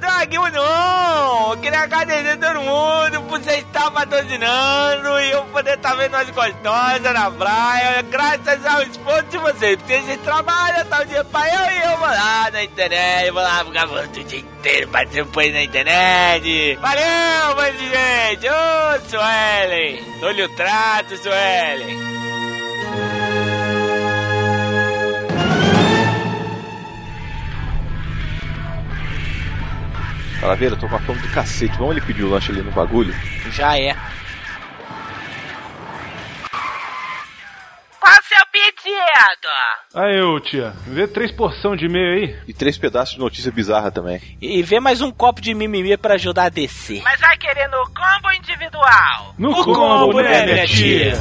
conseguimos não! Eu queria agradecer todo mundo por você estar patrocinando e eu poder estar vendo as gostosas na praia, graças ao esforço de vocês, porque vocês trabalham tal um dia pra eu e eu vou lá na internet, vou lá ficar o dia inteiro batendo punho na internet. Valeu, mas gente! Ô, Suelen! Dou-lhe o trato, Suelen! Calaveira, Tá eu tô com a fome do cacete. Vamos ele pedir o lanche ali no bagulho? Já é. Qual o seu pedido? Aí, ô tia, vê três porção de meio aí. E três pedaços de notícia bizarra também. E vê mais um copo de mimimi pra ajudar a descer. Mas vai querer no combo individual? No O combo, né, minha tia?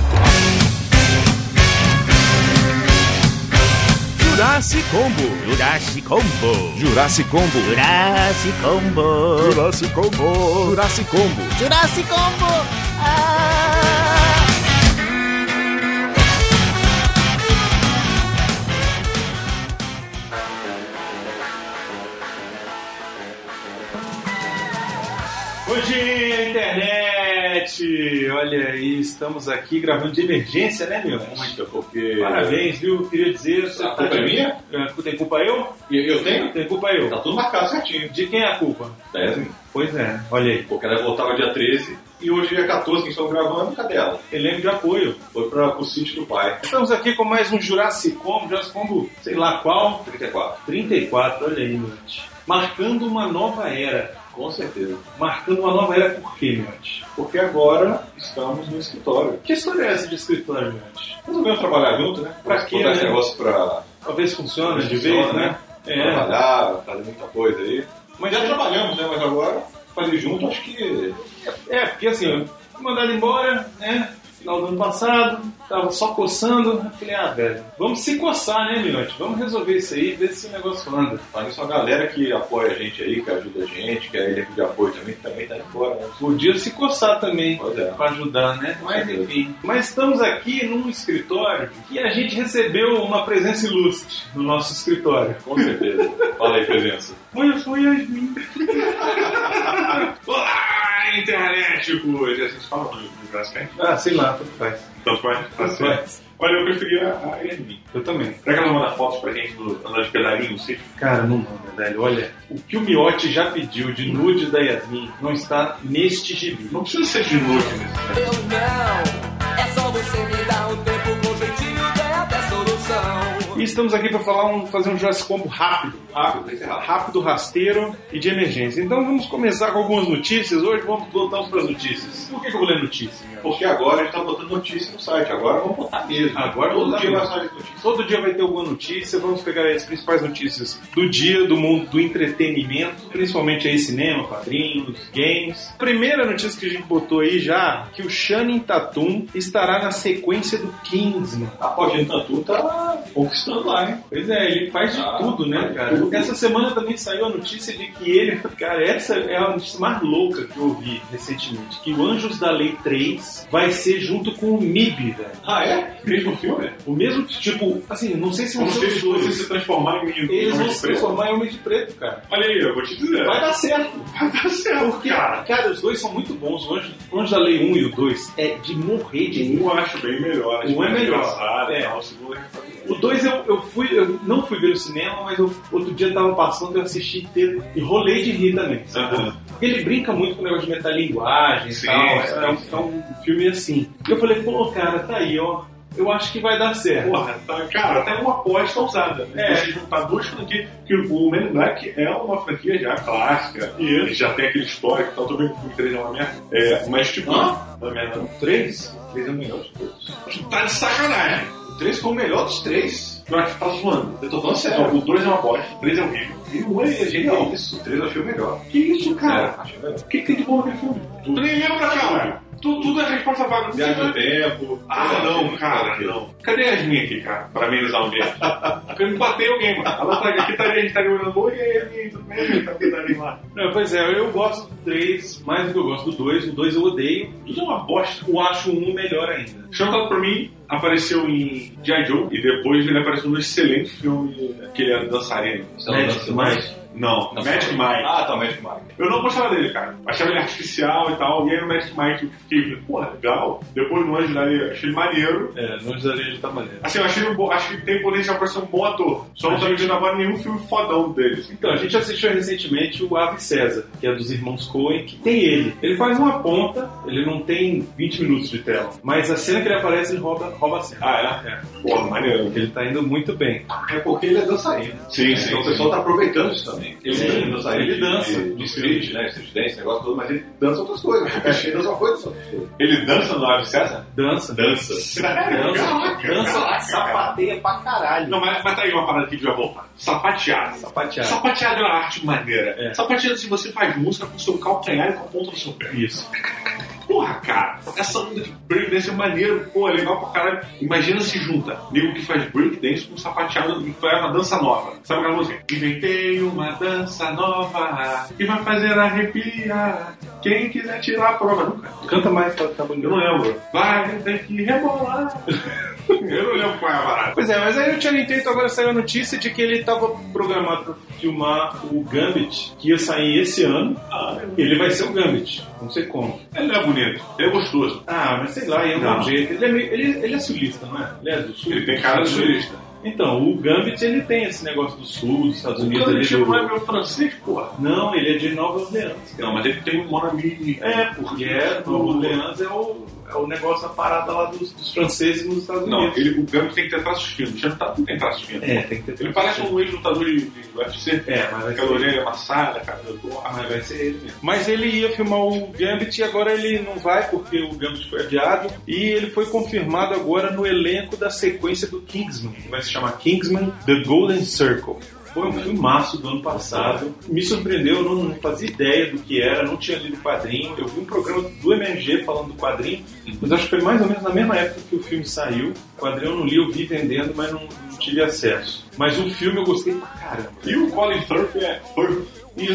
Jurassic Combo. Jurassic Combo. Jurassic Combo. Jurassic Combo. Jurassic Combo. Jurassic Combo. Jurassic Combo! Ah! Hoje, internet! Olha aí, estamos aqui gravando de emergência, né, meu? Muito, porque. Parabéns, viu? Queria dizer. você A culpa de- é minha? É, Tem culpa eu? E eu tenho? Tem culpa eu. Tá tudo marcado certinho. De quem é a culpa? Dez, Pois é, olha aí. porque ela voltava dia 13 e hoje é 14 que estão gravando, cadê ela? Elenco de apoio. Foi pra, pro sítio do pai, Estamos aqui com mais um Jurassic Combo, Jurassic Combo, sei lá qual, 34. 34, olha aí, Miote. Marcando uma nova era. Com certeza. Marcando uma nova era por quê, Miote? Porque agora estamos no escritório. Que história é essa de escritório, Miote? Resolvemos trabalhar junto, né? Pra quê, Botar esse né? negócio pra Talvez funcione de Funciona, vez, né? É. trabalhar, fazer muita coisa aí. Mas Mas já é- trabalhamos, né? Mas agora fazer junto acho que. É, porque assim, fui mandado embora, né? Final do ano passado, tava só coçando. Eu falei, ah, velho, vamos se coçar, né, Miote? Vamos resolver isso aí, ver se o negócio anda. Mas isso é uma galera que apoia a gente aí, que ajuda a gente, que é elenco de apoio também, que também tá indo embora, né? Podia se coçar também. Pois é. Pra ajudar, né? Mas enfim. Mas estamos aqui num escritório que a gente recebeu uma presença ilustre no nosso escritório. Com certeza. Fala aí, presença. Foi, foi Yasmin. Olá, internet! Hoje a gente fala do do Jurassic Park. Ah, sei lá, tanto faz. Tanto faz, tá Tanto certo. faz. Olha, eu consegui a a Yasmin. Eu também. Será que ela manda fotos pra gente do andar de pedalinho, no sítio? Cara, não manda, velho. Olha, o que o Miotti já pediu de nude da Yasmin não está neste gibi. Não precisa ser de noite mesmo. né? Eu não, é só você me dar um tempo com o jeitinho dela, é solução. E estamos aqui para falar um, fazer um Jurassic Combo rápido. né? Rápido, tem que ser rápido. Rápido, rasteiro e de emergência. Então vamos começar com algumas notícias. Hoje vamos voltar para as notícias. Por que, que eu vou ler notícias? Miotti? Porque agora a gente tá botando notícia no site, agora vamos botar mesmo. Agora todo botar dia vai mesmo. sair notícia. Todo dia vai ter alguma notícia, vamos pegar as principais notícias do dia, do mundo do entretenimento, principalmente aí cinema, quadrinhos, games. Primeira notícia que a gente botou aí já, que o Channing Tatum estará na sequência do Kingsman. A Paulinho Tatu tá conquistando lá, hein? Pois é, ele faz de Ah, tudo, né, faz de cara? tudo. Essa semana também saiu a notícia de que ele, cara, essa é a notícia mais louca que eu ouvi recentemente, que o Anjos da Lei 3 vai ser junto com o MIB, velho. Ah, é? Mesmo filme? O mesmo, tipo, assim, não sei se vão Como se ser eles os fossem dois. se transformarem em Eles vão homens se pretos. transformar em Homem de Preto, cara. Olha aí, eu vou te dizer. Vai dar certo. Vai dar certo. Porque, cara, os dois são muito bons. O Anjo, o Anjo da Lei 1 e o 2 é de morrer de rir. Um eu acho bem melhor. acho Um é bem melhor. engraçado, É. tal, O segundo é O 2 eu, eu fui, eu não fui ver no cinema, mas eu- outro dia tava passando, eu assisti inteiro e rolei de rir também. sabe? Aham. Porque ele brinca muito com o negócio de metalinguagem e Sim, tal. É, sim, é um, é um filme assim. E eu falei, pô, cara, tá aí, ó. Eu acho que vai dar certo. Porra, tá, cara, até uma aposta ousada. Né? É. Você juntar duas franquias, que o Men in Black é uma franquia já clássica, e ele já tem aquele histórico, e tal, também o filme 3 é uma merda. É, mas tipo, Hã? não é merda não. 3? 3 é o melhor de todos. Tá de sacanagem. O 3 foi o melhor dos três. Eu acho que tá zoando. Eu tô falando sério. O 2 é uma bosta, o 3 é horrível. E o 1 é genial. Isso, o 3 eu achei o melhor. Que isso, Tá. Cara, achei o melhor. O que, que tem de bom naquele filme? Tudo. lembro pra caralho. Tudo, tudo é resposta vaga. Viagem no tempo. Ah, não, cara, não. Cadê a Yasmin aqui, cara? Pra amenizar o ambiente. Porque não bateu alguém, mano. Ela tá aqui, tá ali, a gente tá ali olhando. Oi, aí, Yasmin, tudo bem? Tá aqui, tá ali lá. Não, pois é, eu gosto do 3 mais do que eu gosto do 2. O 2 eu odeio. Tudo é uma bosta. Eu acho um melhor ainda. Chantal, pra mim, apareceu em G.I. Joe e depois ele apareceu num excelente filme que ele era dançarino. Magic Mike. Não, Não, Magic foi. Mike. Ah, tá, o Magic Mike. Eu não gostava dele, cara. Achava ele artificial e tal. E aí no Magic Mike eu fiquei, porra, legal. Depois no Anjo da Areia, achei ele maneiro. É, não usaria de outra maneira. Assim, eu achei ele um bom, acho que tem potencial pra ser um bom ator. Só não tô me agora nenhum filme fodão dele. assim. Então, a gente assistiu recentemente o Ave César, que é dos irmãos Coen, que tem ele. Ele faz uma ponta, ele não tem 20 minutos de tela, mas a cena que ele aparece, ele rouba, rouba a cena. Ah, é? É. Porra, maneiro. Ele tá indo muito bem. É porque ele é dançarino. Sim, sim. Então o pessoal tá aproveitando isso também. Ele, Sim, ele dança, ele de- dança. de, de street, né? Street dance, esse negócio todo, mas ele dança outras coisas. né? Ele dança uma coisa só. Ele dança no Ave César? Dança. Dança. Sério? Caraca, Dança, caraca, cara. Ah, sapateia pra caralho. Não, mas, mas tá aí uma parada que a gente vai voltar. Sapateado. Sapateado. Sapateado é uma arte maneira. É. Sapateado se você faz música com o seu calcanhar e com a ponta do seu pé. Isso. Porra, cara, essa onda de breakdance é maneiro, pô, é legal pra caralho. Imagina se junta, nego que faz breakdance com sapateado e faz uma dança nova. Sabe aquela música? Inventei uma dança nova que vai fazer arrepiar. Quem quiser tirar a prova, nunca. Canta mais pra ficar Eu bonito. não lembro. Vai ter que rebolar. Eu não lembro qual é a parada. Pois é, mas aí o Channing Tatum agora saiu a notícia de que ele estava programado para filmar o Gambit, que ia sair esse ano. Ah, Ele vai ser o Gambit, não sei como. Ele não é bonito, ele é gostoso. Ah, mas sei lá, ia dar Não. um jeito. Ele é, meio- ele, ele é sulista, não é? Ele é do sul. Ele tem cara de sulista. Então, o Gambit ele tem esse negócio do sul, dos Estados O Unidos. Ele Clementino do... não é meu francês, porra. Não, ele é de Nova Orleans. Não, mas ele tem um monami. É, porque é, Nova Orleans é o, é o negócio, a parada lá dos, dos franceses nos Estados Não, Unidos. ele, o Gambit tem que ter traços finos. Já não tá, não tem traços finos. É, tem que ter... Ele parece um ex-lutador de, de UFC. É, mas vai Aquela ser... orelha amassada, cara. Eu tô- ah, Mas vai ser ele mesmo. Mas ele ia filmar o Gambit e agora ele não vai porque o Gambit foi adiado. E ele foi confirmado agora no elenco da sequência do Kingsman, que vai se chamar Kingsman The Golden Circle. Foi um filmaço do ano passado. Me surpreendeu, eu não, não fazia ideia do que era, não tinha lido o quadrinho. Eu vi um programa do MRG falando do quadrinho, mas acho que foi mais ou menos na mesma época que o filme saiu. O quadrinho eu não li, eu vi vendendo, mas não, não tive acesso. Mas o filme eu gostei pra caramba. E o Colin Firth é. Firth.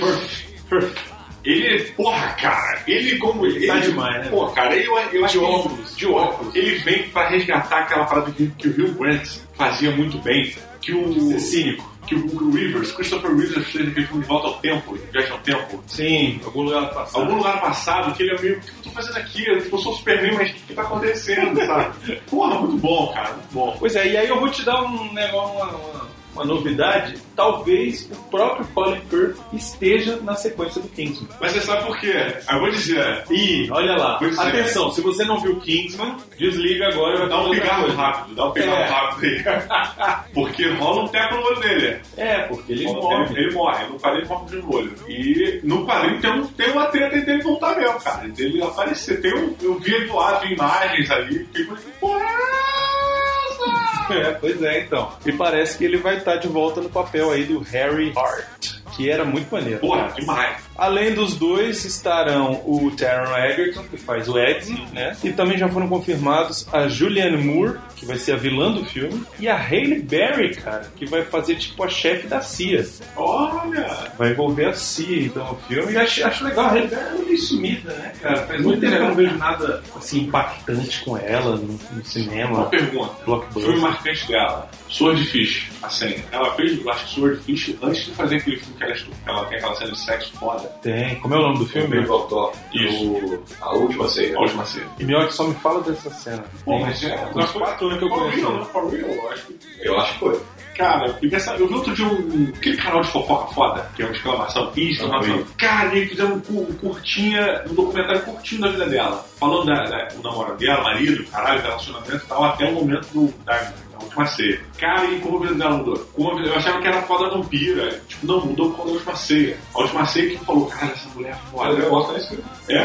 Firth. Firth. Ele, porra, cara, ele como ele. tá ele- demais, né? Pô, cara, eu, eu acho De que ele- óculos. de óculos. Ele vem pra resgatar aquela parada que, que o Rio Grant fazia muito bem. Que o. Ser cínico. Que o Rivers, Christopher Rivers, fez aquele filme de volta ao tempo, viagem ao tempo. Sim, algum lugar passado. Algum lugar passado que ele é meio, o que eu tô fazendo aqui? Eu, tipo, eu sou Superman, mas o que que tá acontecendo, sabe? Porra, muito bom, cara, muito bom. Pois é, e aí eu vou te dar um negócio, uma, uma, uma novidade. Talvez o próprio Colin Firth esteja na sequência do Kingsman. Mas você sabe por quê? Aí eu vou dizer, Ih, olha lá. Pois é. Atenção, se você não viu Kingsman, desliga agora. e vai dá um fazer outra pigarro coisa. rápido, dá um pigarro É. rápido aí. Porque rola um teco no olho dele. É, porque ele Ele morre. morre, ele morre. No quadrinho ele morre de um olho. E no quadrinho tem, um, tem uma treta entre ele voltar mesmo, cara. Ele aparecer. Tem um, eu vi do lado imagens ali, tipo, porra! É, pois é, então. E parece que ele vai estar de volta no papel aí do Harry Hart, que era muito maneiro. Porra, demais. Além dos dois, estarão o Taron Egerton, que faz o Eggsy, né? E também já foram confirmados a Julianne Moore, que vai ser a vilã do filme, e a Hailey Berry, cara, que vai fazer tipo a chefe da CIA. Olha! Vai envolver a CIA, então, o filme. E acho, acho legal, a Hailey Berry é meio sumida, né, cara? Faz muito tempo que eu não vejo nada, assim, impactante com ela no, no Uma cinema, pergunta. blockbuster. Filme marcante dela, Swordfish, a senha. Ela fez, eu acho que Swordfish antes de fazer aquele filme que ela, estu- ela tem aquela cena de sexo foda. Tem. Como é o nome do O filme? Bilbo Autor. Isso. O- A última ceia. A última cena. E melhor que só me fala dessa cena. Pô, mas é. Uns quatro anos que eu For conheço. real, né? For real, eu acho que. Eu acho que foi. Cara, porque essa- eu vi outro dia um, aquele canal de fofoca foda, que é uma exclamação, exclamação. Cara, eles fizeram um, cu- um curtinha, um documentário curtinho da vida dela. Falando da, da- do namorado dela, marido, caralho, relacionamento e tal, até o momento do, da, da última ceia. Cara, e como a vida dela mudou? Como a vida- eu achava que era foda vampira. Tipo, não, mudou quando a última ceia. A última ceia que falou, cara, essa mulher é Olha, foda. eu gosto desse filme. É,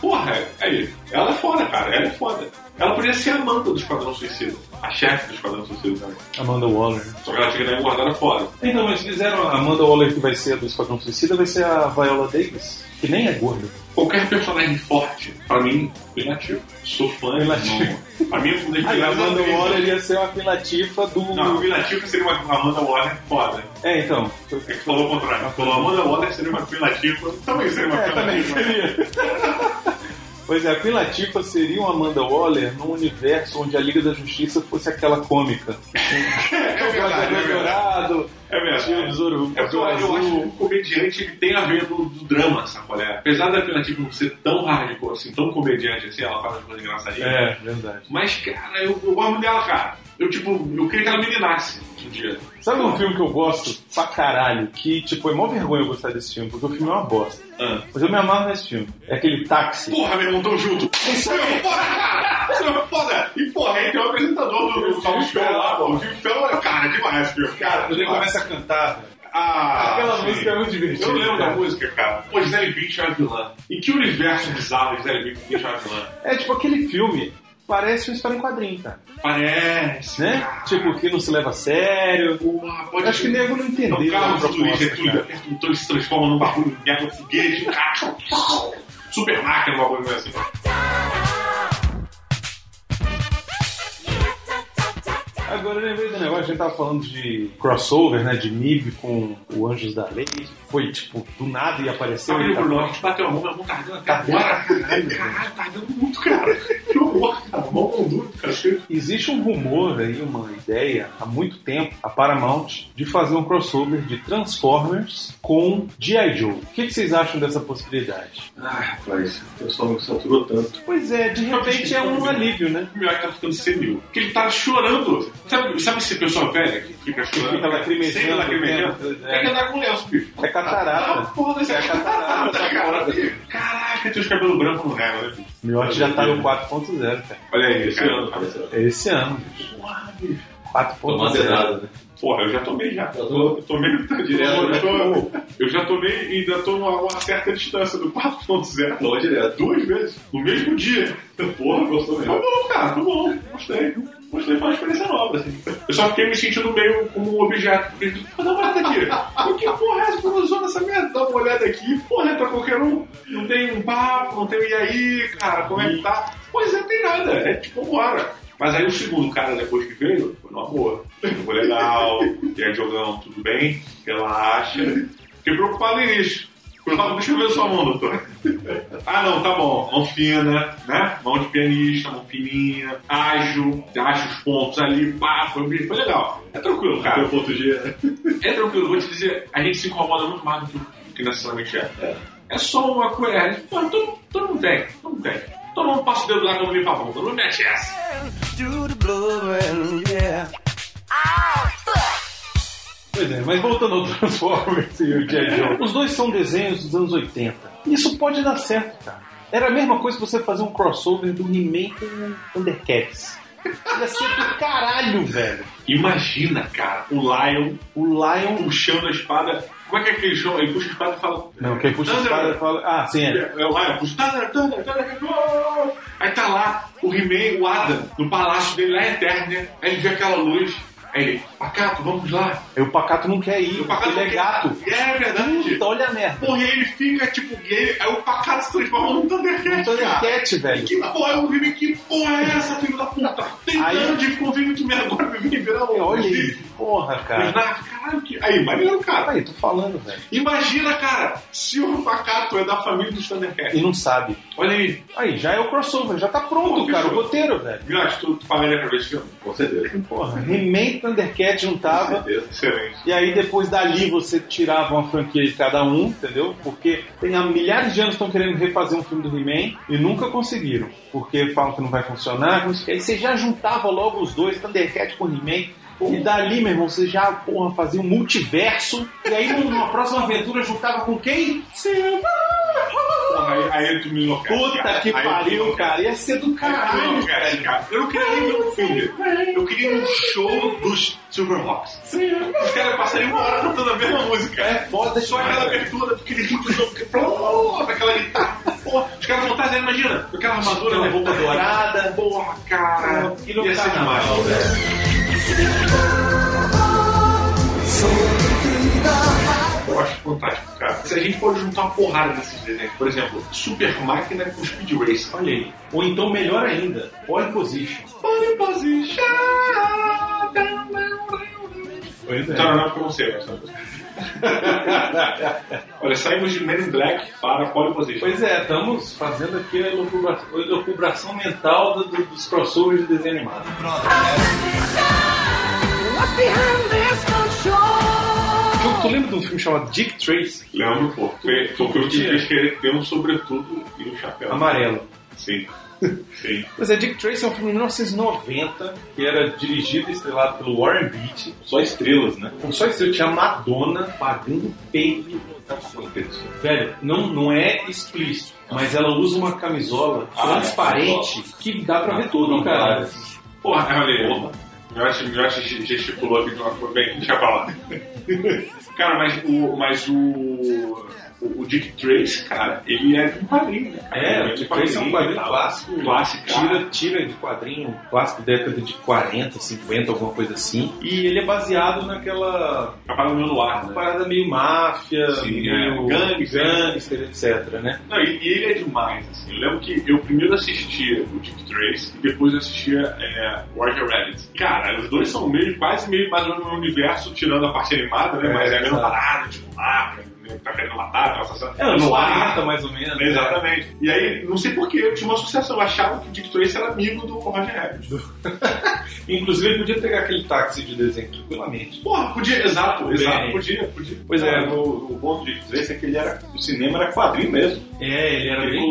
porra, aí, ela é foda, cara, ela é foda. Ela podia ser a Amanda do Esquadrão Suicida, a chefe do Esquadrão Suicida também. Amanda Waller. né? Só que ela tinha que dar engordada foda. Então, mas fizeram a Amanda Waller que vai ser a do Esquadrão Suicida, vai ser a Viola Davis, que nem é gorda. Qualquer personagem forte, pra mim, relativo. Sou fã, Relativo. não. Pra mim, um Aí dos a melhores Amanda atrizes. Waller ia ser uma pilatifa do... Não, o relativo seria uma uma Amanda Waller foda. É, então. É que falou o contrário. Falou Amanda Waller seria uma apelativa. Também seria uma É, também apelativa. seria. Pois é, a Pilatifa seria uma Amanda Waller num universo onde a Liga da Justiça fosse aquela cômica. É verdade, é Gladiador verdade. Dourado, É Tinha o Besouro É porque eu, eu acho que o Azul. comediante ele tem a ver do, do drama, sabe? é? Apesar da alternativa não ser tão hardcore, assim, tão comediante assim, ela faz umas coisas engraçadinhas. É, verdade. Mas, cara, eu, eu amo dela, cara. Eu, tipo, eu queria que ela me minasse um dia. Sabe um filme que eu gosto pra caralho? Que, tipo, é mó vergonha eu gostar desse filme, porque o filme é uma bosta. Ah. Mas eu me amarro nesse filme. É aquele táxi. Porra, meu irmão, tamo junto. Isso é foda, cara. Isso é foda. E, porra, aí tem um apresentador do do Salmo Fel lá, pô. O Gil Fel é, cara, demais, filho. Cara, Quando ele demais. começa a cantar, velho. Ah, Aquela sim. música é muito divertida. Eu lembro da cara. música, cara. Pô, Gisele Bündchen é uma vilã. Em que universo bizarro Gisele Bündchen é uma vilã? É tipo aquele filme. Parece uma história em quadrinho, cara. Parece, Né? cara. Tipo, que não se leva a sério. Porra, pode Acho que o nego não É um entendeu. carro a proposta, futurista, é tudo. cara. Aperta um botão e se transforma num bagulho, pega um foguete, um carro. Super máquina, um bagulho assim. Agora eu lembrei do negócio, a gente tava falando de crossover, né? De MIB com o Anjos da Lei. Foi, tipo, do nada e apareceu. Sabe e ele tá- pro norte, bateu a mão, minha mão tá ardendo até Tá agora. dando pra Caralho, caralho, tá ardendo muito, cara. Que horror, cara. A mão não dura, cara. Existe um rumor aí, uma ideia, há muito tempo, a Paramount, de fazer um crossover de Transformers com G.I. Joe. O que, que vocês acham dessa possibilidade? Ai, rapaz, o pessoal me saturou tanto. Pois é, de repente é um alívio, né? O Miyagi tá ficando senil. Porque ele tá chorando. Sabe, sabe esse pessoa velha que fica chorando? Fica lacrimejando, Sempre lacrimejando. né? Tem que andar com lenço, bicho. É Ah, catarata. porra, dessa É a catarata, tá cara. foda. Caraca, tem os cabelos brancos no régua, né? bicho? Miotti já tá no 4.0, cara. Olha aí, esse ano, cara. É esse ano. Porra, bicho. 4.0. né? Porra, eu já tomei já. Eu tomei tá direto. né? Eu, tô- eu já tomei e ainda tô a uma certa distância do 4.0. Não, direto. Duas vezes. No mesmo dia. Então, Porra, gostou mesmo. Foi bom, cara. Foi bom. Gostei. Gostei, foi uma experiência nova, assim. Eu só fiquei me sentindo meio como um objeto. Porque, Mas dá uma olhada aqui. O que porra é essa? Como usou nessa merda? Dá uma olhada aqui. Porra, é pra qualquer um. Não tem um papo, não tem um e aí, cara, como é que tá? Pois é, tem nada. É tipo, bora. Mas aí o segundo cara, depois que veio, foi no amor. Foi legal, e aí jogão, tudo bem, relaxa. Fiquei preocupado em isso. Falei, Deixa eu ver sua mão, doutor. Ah, não, tá bom. Mão fina, né? Mão de pianista, mão fininha, ágil, acha os pontos ali, pá, foi, foi legal. É tranquilo, cara. Foi ponto G, É tranquilo, vou te dizer, a gente se incomoda muito mais do que, do que necessariamente é. É só uma coisa. Mano, todo, todo mundo tem, todo mundo tem. Todo mundo passa o dedo lá quando limpa a mão, todo mundo mete essa. Pois é, mas voltando ao Transformers e o G.I. Joe. Os dois são desenhos dos anos 80. Isso pode dar certo, cara. Era a mesma coisa que você fazer um crossover do He-Man com o Thundercats. Ia ser do caralho, velho. Imagina, cara, o Lion O Lion... puxando a espada. Como é que é que ele chama? Ele puxa a espada e fala. Não, quem puxa a Thunder. espada fala... Ah, sim, é. É o Lion, puxa. Thunder, Thunder, Thunder, oh! Aí tá lá o He-Man, o Adam, no palácio dele lá em Eternia. Aí ele vê aquela luz. Aí ele, Pacato, vamos lá. E o Pacato não quer ir, E o porque Pacato ele é fica- gato. Então- É verdade. Puta, olha a merda. Porra, e ele fica tipo gay. Aí o Pacato se transforma num Um Thundercat. cara. Thundercat, velho. Que porra, eu vi que porra é essa, filho da puta? Tem Aí- anos de convívio que me agora me vem virar um. Olha isso. Porra, Mas, cara. na- Caralho, que. Aí, maneiro, cara. Aí, tô falando, velho. Imagina, cara, se o Pacato é da família dos Thundercats. E não sabe. Olha aí, Aí, já é o crossover, já tá pronto, Pô, cara. O fechou. roteiro, velho. Grande, tu, tu pagaria pra ver esse filme? Com certeza. Porra, He-Man Thundercat juntava. Excelente. E aí depois dali você tirava uma franquia de cada um, entendeu? Porque tem há milhares de anos estão querendo refazer um filme do He-Man e nunca conseguiram. Porque falam que não vai funcionar. não sei o quê. Aí você já juntava logo os dois, Thundercat com He-Man. E dali, meu irmão, você já, porra, fazia um multiverso. E aí numa próxima aventura juntava com quem? Seu Porra, aí, aí tu me enlouquece. Puta cara. que Aí tu me pariu, enlouquece. cara. Ia ser do Aí tu me caralho, enlouquece, velho. cara. Eu não queria nem ver um filme. Eu queria um show dos Silverhawks. Os caras passariam uma hora cantando a mesma música. É foda Só aquela abertura, aquele riffzão, que- plá, daquela guitarra. Porra, os caras fantasiam, imagina. Aquela armadura um na roupa dourada. Porra, tá cara. Pô, que Ia ser carnaval, demais. né? Eu acho fantástico, cara. Se a gente pode juntar uma porrada desses desenhos, por exemplo, Super Máquina com Speed Racer. Olha aí. Ou então, melhor ainda, Pole Position. Pole position. Pois é. Não, não, porque eu não sei. essa música. Olha, saímos de Men in Black para Pole Position. Pois é, estamos fazendo aqui a elocubra- elucubração mental do- do- dos crossovers de desenho animado. What's behind this control? Tu lembra de um filme chamado Dick Tracy? Lembro, pô. Foi foi é o que eu podia. tive querer ter um sobretudo e um chapéu. Amarelo. Sim. Sim. Pois é, Dick Tracy é um filme de 1990 que era dirigido e estrelado pelo Warren Beatty. Só estrelas, né? Não só isso, eu tinha Madonna pagando peito. Tá Velho, não, não é explícito, mas ela usa uma camisola Ah, é. transparente que dá pra ver tudo, cara. Porra, olha aí. Porra. Miotti, Miotti gesticulou aqui de uma coisa. Bem, deixa pra lá. cara, mas o. Mas o. O o Dick Trace, cara, ele é de um quadrinho, né? cara? É, Ele o Dick Tracy é um quadrinho e tal. clássico. Clássico, Tira, cara. tira de quadrinho um clássico década de 40, 50, alguma coisa assim. E ele é baseado naquela Acaba no ar, né? parada meio máfia, Sim, é. meio Gangster. gangster, etc, né? Não, e, e ele é demais, assim. Eu lembro que eu primeiro assistia o Dick Trace e depois eu assistia é, Roger Rabbit. Cara, os dois são meio, quase meio mais ou menos no universo, tirando a parte animada, né? É, Mas é a mesma exato. parada, tipo, marca, né? tá querendo matar, tá assassinando. É, anos No ar. 40 mais ou menos. né? É, Exatamente. E aí, não sei porquê, eu tinha uma associação. Eu achava que o Dick Trace era amigo do Roger Rabbit. Inclusive, ele podia pegar aquele táxi de desenho tranquilamente. Porra, podia, exato, exato, Bem. podia, podia. Pois é. Cara, Então, O, o bom do Dick Trace é que ele era, o cinema era quadrinho mesmo. É, ele era Aquele bem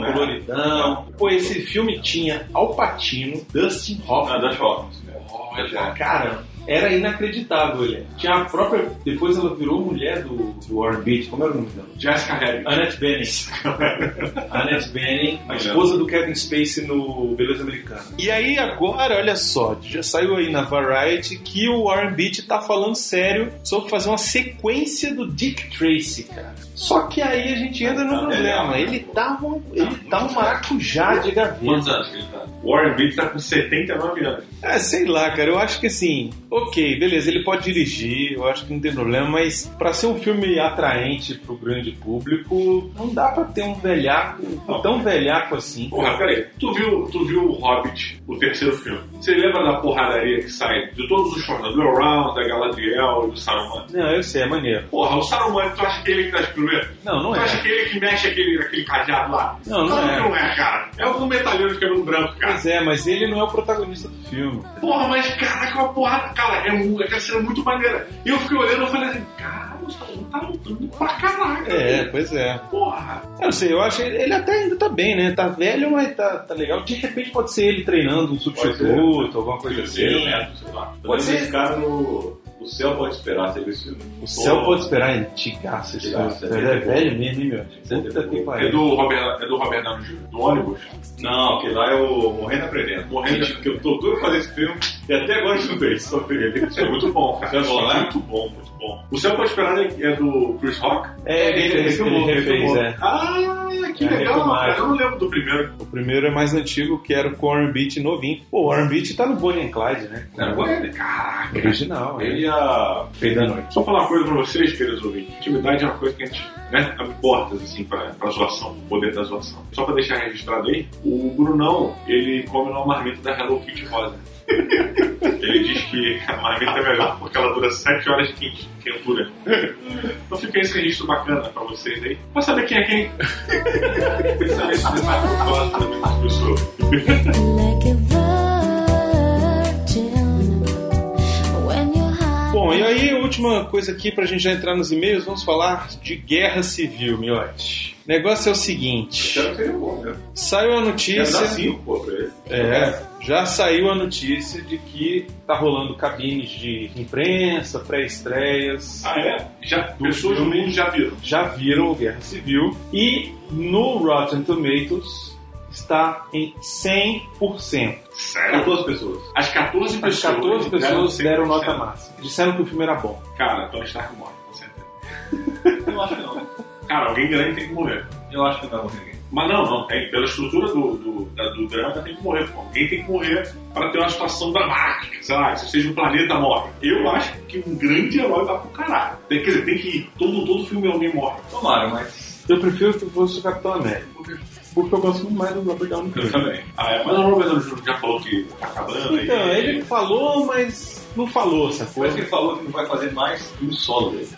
bacana, né? Coloridão. Pô, esse filme tinha Al Pacino, Dustin Ah, Hoffman. das formas. né? Olha, cara, era inacreditável ele. Tinha a própria. Depois ela virou mulher do, do Warren Beatty. Como era o nome dela? Jessica Rabbit. Annette Bening. Annette Bening, a esposa do Kevin Spacey no Beleza Americana. E aí agora, olha só, já saiu aí na Variety que o Warren Beatty tá falando sério sobre fazer uma sequência do Dick Tracy, cara. Só que aí a gente entra no problema. Ele tá um, ele tá um maracujá de gaveta. Quantos anos que ele tá? Warren Beatty tá com 79 anos. É, sei lá, cara. Eu acho que assim, ok, beleza, ele pode dirigir, eu acho que não tem problema, mas pra ser um filme atraente pro grande público, não dá pra ter um velhaco tão velhaco assim. Porra, peraí. Tu viu, tu viu o Hobbit, o terceiro filme? Você lembra da porradaria que sai de todos os fãs? Do Elrond, da Galadriel e do Saruman? Não, eu sei, é maneiro. Porra, o Saruman, tu acha que ele que tá de primeiro? Não, não Tu é. acha que ele que mexe aquele, aquele cadeado lá? Não, não Claro é. que não é, cara. É um metalheiro de cabelo branco, cara. Pois é, mas ele não é o protagonista do filme. Porra, mas caraca, uma porrada. Cara, é, um, é uma cena muito maneira. E eu fiquei olhando e falei assim, cara, o Saruman tá lutando pra caraca. É, pois é. Porra. Eu não sei, eu acho ele, ele até ainda tá bem, né? Tá velho, mas tá, tá legal. De repente pode ser ele treinando um substituto, alguma coisa assim. né? Sei lá. Pode ser. cara no... O céu pode esperar, você viu esse filme? O céu pode esperar, é antigaço esse filme. Antigaço, é Ele é velho mesmo, hein, meu? Puta que É pariu. do Robert, é do Robert Downey Jr., do ônibus? Não, que lá é o Morrendo Aprendendo. Morrendo, porque eu tô doido pra fazer esse filme e até agora eu não fez. Só peguei. Isso é muito bom, cara. Isso é bom, né? Muito bom, muito bom. O Céu Pode Esperar é é do Chris Rock? É, ele- ele- refilmou, ele refez, refilmou. é. Ah, que É, legal, refilmagem. cara. Eu não lembro do primeiro. O primeiro é mais antigo, que era com o Warren Beach novinho. Pô, o Warren Beach tá no Bonnie and Clyde, né? ele. Caraca. Original, né? Ele é- a. Feio da noite. Só falar uma coisa pra vocês, queridos ouvintes. Intimidade é uma coisa que a gente né, abre portas assim, pra, pra zoação, o poder da zoação. Só pra deixar registrado aí, o Brunão, ele come numa marmita da Hello Kitty rosa. Ele diz que a marmita é melhor porque ela dura 7 horas de quente- quentura. Então fica esse registro bacana pra vocês aí. Pra saber quem é quem. Pra saber se você vai gosta dessa pessoa. Like a virgin when you're high. Bom, e aí, última coisa aqui pra gente já entrar nos e-mails, vamos falar de guerra civil, Miote. O negócio é o seguinte: Quero que seja bom, né? saiu a Quero dar notícia. 5, pô, pra ele. É, já saiu a notícia de que tá rolando cabines de imprensa, pré-estreias. Ah, é? Já, pessoas do filme. mundo já viram. já viram o Guerra Civil e no Rotten Tomatoes está em 100%. Sério? pessoas. As 14 As pessoas. 14 pessoas deram 100%. nota máxima. Disseram que o filme era bom. Cara, Tony Stark morre, com certeza. Eu acho que não. Cara, alguém grande tem que morrer. Eu acho que não ninguém. Mas não, não tem. Pela estrutura do, do, da- do drama, tem que morrer. pô. Alguém tem que morrer para ter uma situação dramática, sei lá, se seja um planeta morre. Eu acho que um grande herói vai pro caralho. Tem, quer dizer, tem que ir. Todo, todo filme é alguém morre. Tomara, mas. Eu prefiro que fosse o Capitão América. Porque eu gosto muito mais do Robert Downey Jr. também. Ah, é, mas o Robert Downey Jr. já falou que tá acabando. Então, e- ele falou, mas não falou essa Mas coisa. ele falou que não vai fazer mais que um solo dele.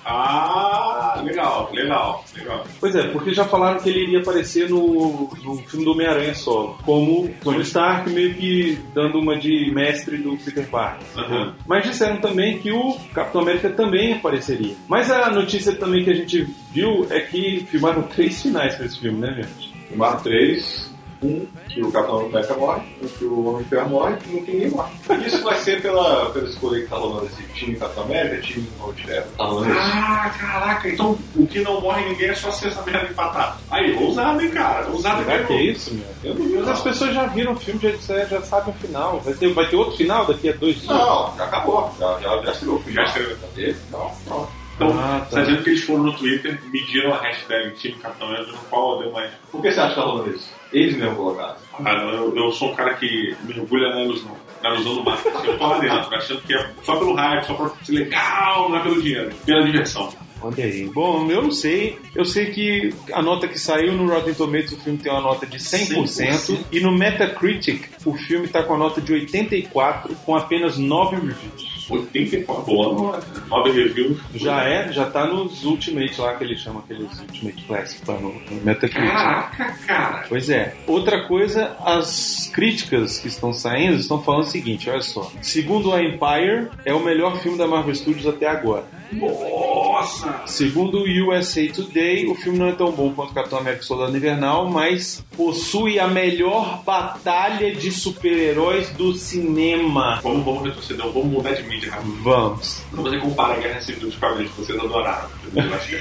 Ah, legal, legal, legal. Pois é, porque já falaram que ele iria aparecer no, no filme do Homem-Aranha solo, como Tony Stark, meio que dando uma de mestre do Peter Parker. Aham. Mas disseram também que o Capitão América também apareceria. Mas a notícia também que a gente viu é que filmaram três finais pra esse filme, né, gente? Filmaram três. Um que o Capitão América morre, um que o Homem de Ferro morre e um que ninguém morre. Isso vai ser pela, pela escolha que tá rolando esse time Capitão América, time Homem de Ferro. Tá rolando isso. Ah, caraca, então o que não morre ninguém é só ser essa merda empatada. Aí, ousado, hein, cara? Ousado Será que é mesmo. isso, meu? Eu não vi, Mas as pessoas já viram o filme, já, disseram, já sabem o final. Vai ter, vai ter outro final daqui a dois dias? Não, já acabou. Já, já, já estreou. Já estreou. Cadê? Não, não. Então, Ah, tá. tá dizendo que eles foram no Twitter, mediram a hashtag Time Capitão América, no qual deu mais. Por que você acha que tá rolando isso? Eles mesmo colocaram. Ah, não, eu, eu sou um cara que né, mergulha na ilusão. Na ilusão do marketing. Eu tô lá dentro, achando que é só pelo hype, só pra ser legal, não é pelo dinheiro, pela diversão. Olha aí. Bom, eu não sei. Eu sei que a nota que saiu no Rotten Tomatoes, o filme tem uma nota de 100%, 100%. e no Metacritic, o filme tá com a nota de 84, com apenas 9 reviews. 84 boa, 9 reviews. Já é, já tá nos Ultimate lá, que eles chamam aqueles Ultimate Classic lá no, no Metacritic. Caraca, cara. Pois é. Outra coisa, as críticas que estão saindo estão falando o seguinte, olha só. Segundo a Empire, é o melhor filme da Marvel Studios até agora. Nossa! Segundo o USA Today, o filme não é tão bom quanto Capitão América e Soldado Invernal, mas possui a melhor batalha de super-heróis do cinema. Vamos, vamos retroceder, vamos mudar de mídia rapidinho. Vamos. Vamos aí comparar a Guerra Civil dos Quadrinhos que vocês adoraram. entendeu? Eu acho que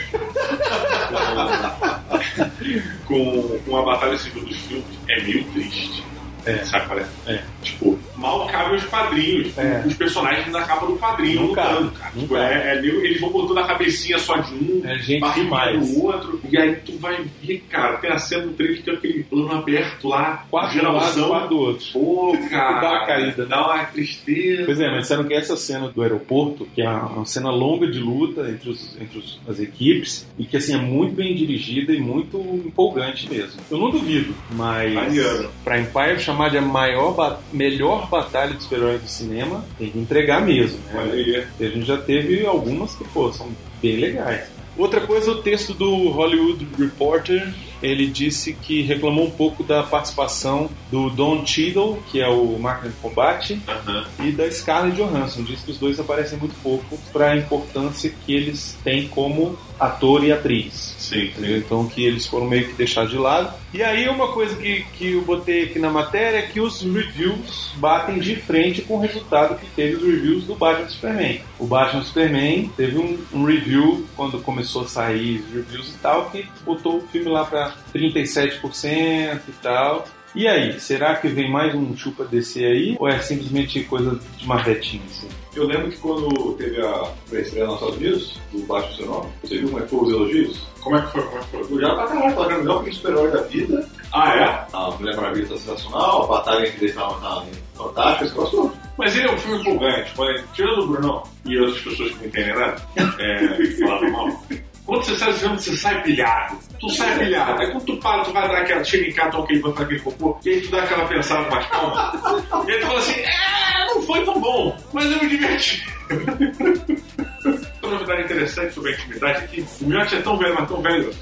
é. com, com a Batalha Civil dos Filmes é meio triste. É. Sabe qual é? É. Tipo, mal cabe os quadrinhos. É. Os personagens na capa do quadrinho Não lutando, cabe, cara. não Tipo, cabe. é, é meio- eles vão botando a cabecinha só de um, É gente barriguinha demais. do outro. E aí tu vai ver, cara, tem a cena do trailer que tem aquele plano aberto lá, Quatro de um lado, geralzão. quatro do outro. Pô, cara. Dá uma caída, né? Dá uma tristeza. Pois é, mas disseram que essa cena do aeroporto, que é uma uma cena longa de luta entre, os, entre os- as equipes, e que assim é muito bem dirigida e muito empolgante mesmo. Eu não duvido, mas Mariano. pra Empire chamar de a maior, ba- melhor batalha de super-heróis do cinema, tem que entregar mesmo, né? Olha aí. E A gente já teve algumas que, pô, são bem legais. Outra coisa, o texto do Hollywood Reporter, ele disse que reclamou um pouco da participação do Don Cheadle, que é o Máquina de Combate, Aham. e da Scarlett Johansson. Diz que os dois aparecem muito pouco para a importância que eles têm como ator e atriz. Sim, sim. Entendeu? Então que eles foram meio que deixados de lado. E aí uma coisa que, que eu botei aqui na matéria é que os reviews batem de frente com o resultado que teve os reviews do Batman Superman. O Batman Superman teve um, um review quando começou a sair os reviews e tal, que botou o filme lá pra 37% e tal. E aí, será que vem mais um chupa DC aí? Ou é simplesmente coisa de marretinha assim? Eu lembro que quando teve a pré-estreia nos Estados Unidos, do Baixo do Seu Nome, você viu como é que foram os elogios? Como é que foi? Como é que foi? Elogiaram pra caralho, falaram que é o melhor filme super-herói da vida, Ah, é? a Mulher Maravilha tá sensacional, a batalha entre eles tá, tá fantástica, esse negócio todo. Mas ele é um filme empolgante. Olha, tirando o Brunão e outras pessoas que não entendem nada, é, falaram mal. Quando você sai do filme, você sai pilhado. Tu sai pilhado. Aí quando tu para, tu vai dar aquela chega em casa, tu aquele botar aquele cocô, e aí tu dá aquela pensada mais calma. E aí tu fala assim, é, não foi tão bom, mas eu me diverti. Uma novidade interessante sobre a intimidade aqui, o Miotti é tão velho, mas tão velho,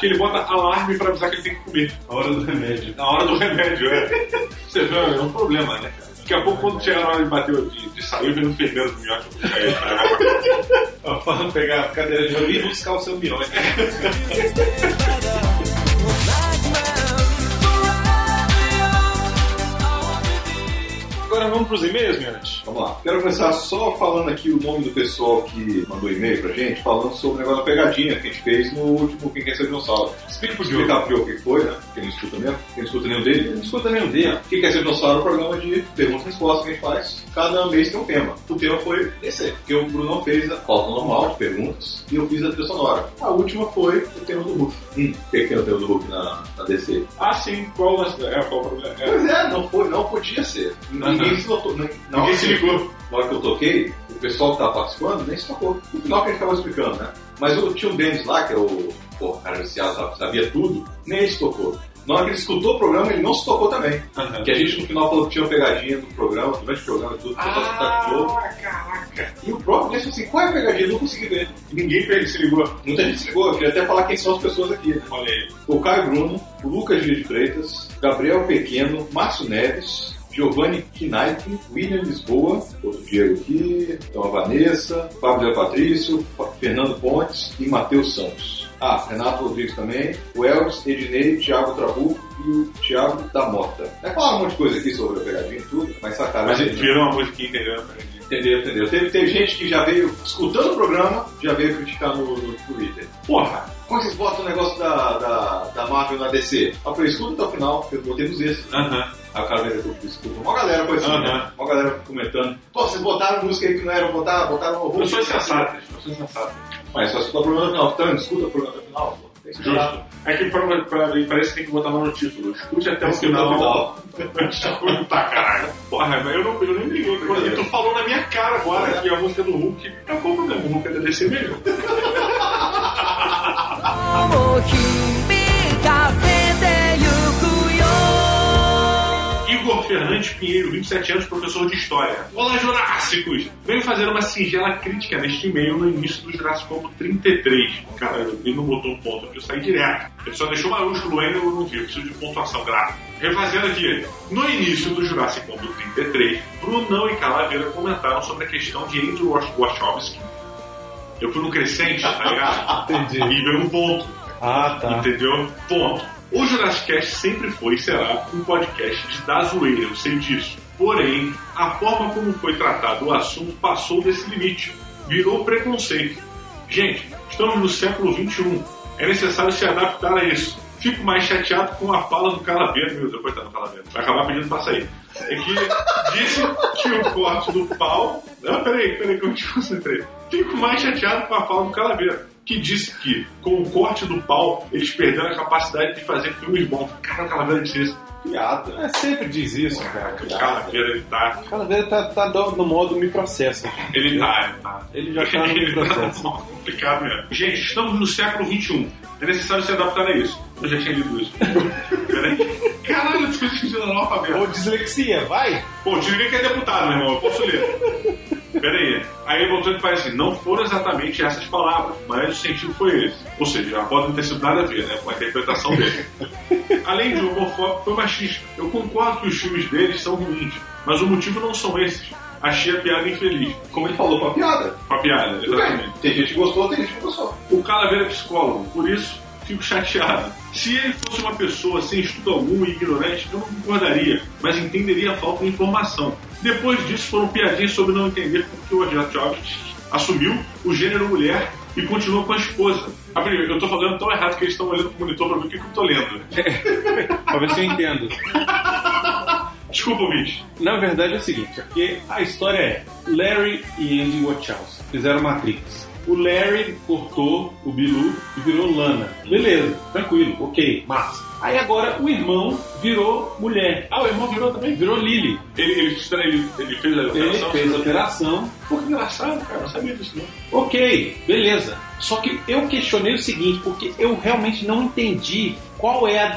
que ele bota alarme pra avisar que ele tem que comer. A hora do remédio. Na hora do remédio, é. Você vê, é um problema, né? cara? Daqui a pouco, quando chegar na hora de bater, o- de, de sair, vem um Fernando do tá? Minhoca. Aí, cara, Vamos pegar a cadeira de ouvir e buscar o seu miolo. Agora vamos pros e-mails, Miante. Vamos lá. Quero começar só falando aqui o nome do pessoal que mandou e-mail pra gente, falando sobre o negócio da pegadinha que a gente fez no último Quem Quer Ser Dinossauro. Explica pro Diogo. Explicar pro Diogo o que foi, né? Quem não escuta mesmo, quem não escuta nenhum dele, não escuta nenhum dele. Quem Quer Ser Dinossauro é um programa de perguntas e respostas que a gente faz. Cada mês tem um tema. O tema foi esse, porque o Bruno fez a pauta normal de perguntas e eu fiz a trilha sonora. A última foi o tema do Hulk. Hum, por que que tem o tema do Hulk na, na DC? Ah, sim, qual o lance? É, qual o problema? É. Pois é, não foi, não podia ser. Ninguém se notou. Não, Ninguém se ligou. na hora que eu toquei, o pessoal que tava participando nem se tocou. No final que a gente tava explicando, um né? Mas o tio Dennis lá, que é o pô, cara viciado, sabe, sabia tudo, nem ele se tocou. Na hora que ele escutou o programa, ele não se tocou também. Aham. Que a gente no final falou que tinha uma pegadinha do programa, durante o programa e tudo, que só tacou. Ah, caraca. E o próprio disse assim, qual é a pegadinha? Eu não consegui ver. E ninguém pe- se ligou. Muita gente se ligou. Eu queria até falar quem são as pessoas aqui. né? Olha aí. O Caio Bruno, o Lucas Dias de Freitas, Gabriel Pequeno, Márcio Neves, Giovanni Knaip, William Lisboa, outro Diego aqui, então a Vanessa, Fábio Del Patrício, Fa- Fernando Pontes e Matheus Santos. Ah, Renato Rodrigues também, o Elvis, Ednei, Thiago Trabuco e o Thiago da Mota. É falar um monte de coisa aqui sobre a pegadinha e tudo, mas sacanagem. Mas né? virou uma musiquinha, entendeu? Aprendi. Entendeu, entendeu? Teve, teve gente que já veio escutando o programa, já veio criticar no, no Twitter. Porra. Como vocês botam o negócio da, da, da Marvel na DC? Aí eu falei, escuta até o final, porque eu botei nos extras. Aham. Aí o cara veio depois desculpa. Uma galera foi assim, Aham. né? Uma galera comentando. Pô, vocês botaram música aí que não era, botaram, botaram horror. Pessoas sensatas. Pessoas sensatas. Mas só escuta o programa no final. Então, escuta o programa no final, pô. Tem que escutar. Justo. É que pra, pra mim parece que tem que botar lá no título. Escute até o final. Tá, caralho. Porra, mas eu, não, eu nem liguei. E tu falou na minha cara agora que a música do Hulk é o problema. O Hulk é da DC mesmo. 響かせてゆくよ Igor Fernandes Pinheiro, 27 anos, professor de História. Olá, Jurássicos! Venho fazer uma singela crítica neste e-mail no início do Jurássico Combo 33. Cara, ele não botou um ponto aqui, eu saí direto. Ele só deixou maiúsculo ainda, eu não vi, eu preciso de pontuação gráfica. Refazendo aqui, no início do Jurássico Combo 33, Brunão e Calaveira comentaram sobre a questão de Andrew Wasch- Wachowski. Eu fui no crescente, tá ligado? Entendi. E veio um ponto. Ah, tá. Entendeu? Ponto. O Jurassic Cast sempre foi e será um podcast de dar zoeira, eu sei disso. Porém, a forma como foi tratado o assunto passou desse limite. Virou preconceito. Gente, estamos no século XXI. É necessário se adaptar a isso. Fico mais chateado com a fala do Calaveira, meu Deus, coitado do Calaveira. Vai acabar pedindo pra sair. É que disse que o corte do pau. Não, peraí, peraí, que eu me desconcentrei. Fico mais chateado com a fala do Calaveira, que disse que com o corte do pau eles perderam a capacidade de fazer filmes bons. Cara, o Calaveira disse isso. Piada. É, sempre diz isso, cara. O Calaveira, ele tá. O cara dele tá, tá do- no modo me processa. Ele tá, ele tá. Ele já tá no Ele processo. tá complicado mesmo. Gente, estamos no século XXI. É necessário se adaptar a isso. Eu já tinha lido isso. Peraí. Caralho, eu esqueci de analfabeto. Ô, dislexia, vai! Pô, o Tiririca é deputado, meu irmão, eu posso ler. Peraí. Aí ele voltou e faz assim: não foram exatamente essas palavras, mas o sentido foi esse. Ou seja, já pode não ter sido nada a ver, né, com a interpretação dele. Além de homofóbico, foi machista. Eu concordo que os filmes deles são ruins, mas o motivo não são esses. Achei a piada infeliz. é Como ele falou com a piada. Com a piada, Tudo exatamente. bem. Tem gente que gostou, tem gente que não gostou. O Calaveira é psicólogo, por isso fico chateado. Se ele fosse uma pessoa sem estudo algum e ignorante, eu não concordaria, mas entenderia a falta de informação. Depois disso foram piadinhas sobre não entender porque o Adriano Jobs assumiu o gênero mulher e continuou com a esposa. Ah, peraí, eu tô falando tão errado que eles estão olhando pro monitor pra ver o que, que eu tô lendo. Pra ver se eu entendo. Desculpa, ouvinte. Na verdade é o seguinte, é porque a história é Larry e Andy Wachowski fizeram Matrix. O Larry cortou o Bilu e virou Lana. Beleza, tranquilo, ok, massa. Aí agora o irmão virou mulher. Ah, o irmão virou também? Virou Lily. Ele, ele, ele, ele fez a Ele operação? fez a operação. Pô, que engraçado, cara. Eu não sabia disso, né? não. Ok, beleza. Só que eu questionei o seguinte, porque eu realmente não entendi qual é a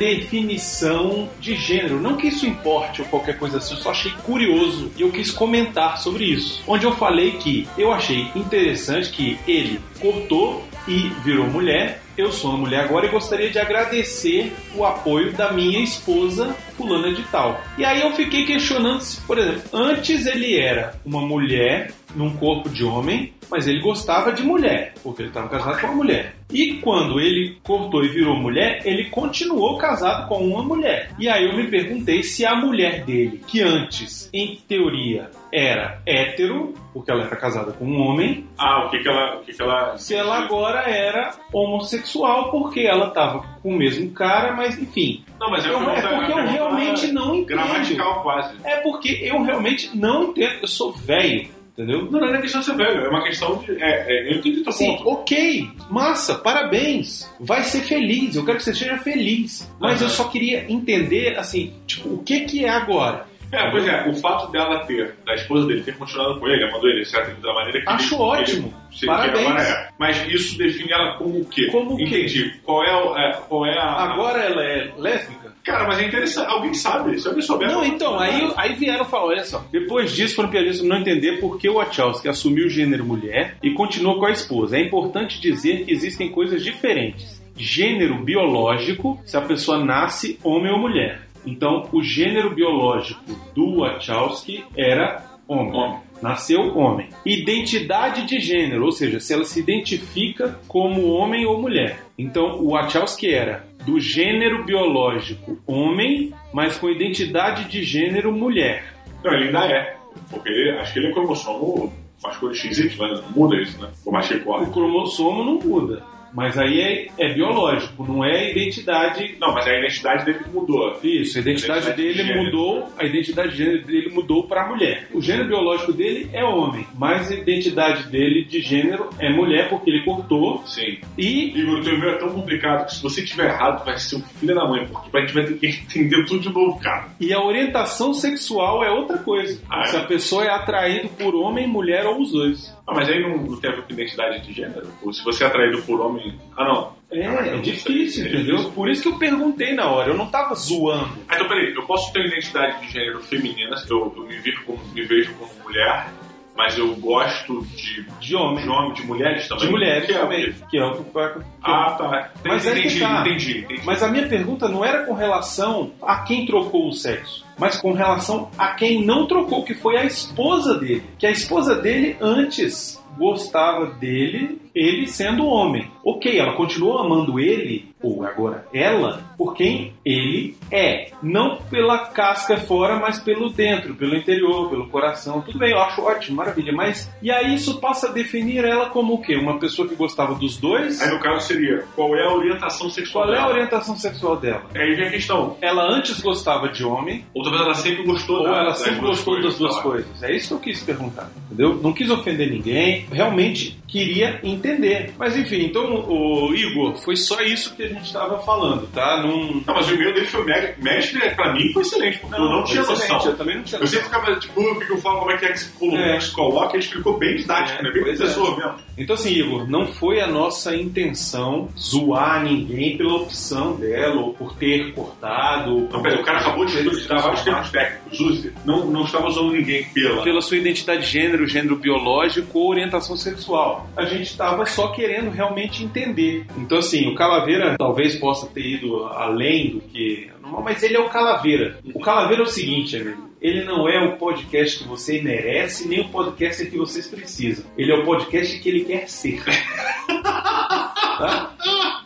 definição de gênero. Não que isso importe ou qualquer coisa assim, eu só achei curioso e eu quis comentar sobre isso. Onde eu falei que eu achei interessante que ele cortou e virou mulher. Eu sou uma mulher agora e gostaria de agradecer o apoio da minha esposa, fulana de tal. E aí eu fiquei questionando se, por exemplo, antes ele era uma mulher num corpo de homem, mas ele gostava de mulher, porque ele estava casado com uma mulher. E quando ele cortou e virou mulher, ele continuou casado com uma mulher. E aí eu me perguntei se a mulher dele, que antes, em teoria, era hétero, porque ela era casada com um homem, Ah, o que que ela... O que que ela... se ela agora era homossexual, porque ela estava com o mesmo cara, mas enfim. Não, mas Eu- pergunta- é porque eu pergunta realmente não entendo. tá Gramatical, quase. É porque eu realmente não entendo. Eu sou velho, entendeu? Não, não é nem questão de ser velho, é uma questão de. É, é, eu entendi teu Assim, ponto. ok, massa, parabéns. Vai ser feliz, eu quero que você seja feliz. Mas Aham. eu só queria entender, assim, tipo, o que que é agora? É, pois é, o fato dela ter, da esposa dele ter continuado com ele, amando ele, etc., da maneira que Acho ele, que ótimo. ele- se- que Parabéns. agora é. Mas isso define ela como o quê? Como o quê? Entendi. Qual é, o- é, qual é a. Agora ela é lésbica? Cara, mas é interessante. Alguém sabe? Se alguém souber. Não, alguém então, sabe. aí, aí vieram falar, olha só. Depois disso, foram piadistas não entender por que o Wachowski assumiu o gênero mulher e continuou com a esposa. É importante dizer que existem coisas diferentes. Gênero biológico, se a pessoa nasce homem ou mulher. Então, o gênero biológico do Wachowski era homem. Homem. Nasceu um homem. Identidade de gênero, ou seja, se ela se identifica como homem ou mulher. Então, o Wachowski era do gênero biológico homem, mas com identidade de gênero mulher. Não, ele ainda é. Porque ele- acho que ele é cromossomo masculino XY, né? muda isso, né? Por mais que ele corre. O cromossomo não muda, mas aí é, é biológico, não é identidade. Não, mas a identidade dele mudou. Isso, a identidade, Identidade de dele gênero. mudou, a identidade de gênero dele mudou para mulher. O gênero biológico dele é homem, mas a identidade dele de gênero é mulher porque ele cortou Sim. e Igor, o teu e-mail é tão complicado que se você tiver errado, vai ser um filho da mãe, porque a gente vai ter que entender tudo de novo, cara. E a orientação sexual é outra coisa. Ah, é? Se a pessoa é atraída por homem, mulher ou os dois. Ah, mas aí não, não tem a ver com identidade de gênero? Ou se você é atraído por homem. Ah, não. É, Ah, é eu difícil, não sei. entendeu? Por isso que eu perguntei na hora, eu não tava zoando. Ah, então peraí, eu posso ter identidade de gênero feminina, eu, eu me, vejo como, me vejo como mulher, mas eu gosto de. De homem. De homem, de mulheres também? De mulheres Que é o também. quê? Que é o que vai- Ah, tá. Mas aí que entendi, tá. entendi, entendi. Mas a minha pergunta não era com relação a quem trocou o sexo, mas com relação a quem não trocou, que foi a esposa dele. Que a esposa dele antes gostava dele, ele sendo homem. Ok, ela continuou amando ele, ou agora ela, por quem ele é. Não pela casca fora, mas pelo dentro, pelo interior, pelo coração. Tudo bem, eu acho ótimo, maravilha. Mas e aí isso passa a definir ela como o quê? Uma pessoa que gostava dos dois? Aí no caso seria, qual é a orientação sexual Qual é a dela? É orientação sexual dela? Aí vem a questão. ela antes gostava de homem Ou talvez ela sempre gostou ou da- ela das sempre é, duas tá. gostou das duas sei lá. coisas? É isso que eu quis perguntar, entendeu? Não quis ofender ninguém, realmente queria entender. Mas enfim, então, o Igor, foi só isso que a gente estava falando, tá? Não. Não, mas o e-mail dele foi mega, mestre, né? pra mim foi excelente, porque eu não foi tinha excelente, noção. Eu também não tinha Eu sempre noção. ficava tipo, o que que eu falo, como é que é que se, como É. é. que se coloca, ele explicou bem didático, É, né? Bem pois professor mesmo. Então, assim, Igor, não foi a nossa intenção zoar ninguém pela opção dela, ou por ter cortado. ou Não, por- pera, o cara acabou de estudar vários termos técnicos, use. Não, não estava usando ninguém pela. pela sua identidade de gênero, gênero biológico ou orientação sexual. A gente estava só querendo realmente entender. Então, assim, o Calaveira talvez possa ter ido além do que. Mas ele é o Calaveira. O Calaveira é o seguinte, amigo. Ele não é o podcast que você merece, nem o podcast que vocês precisam. Ele é o podcast que ele quer ser. Tá?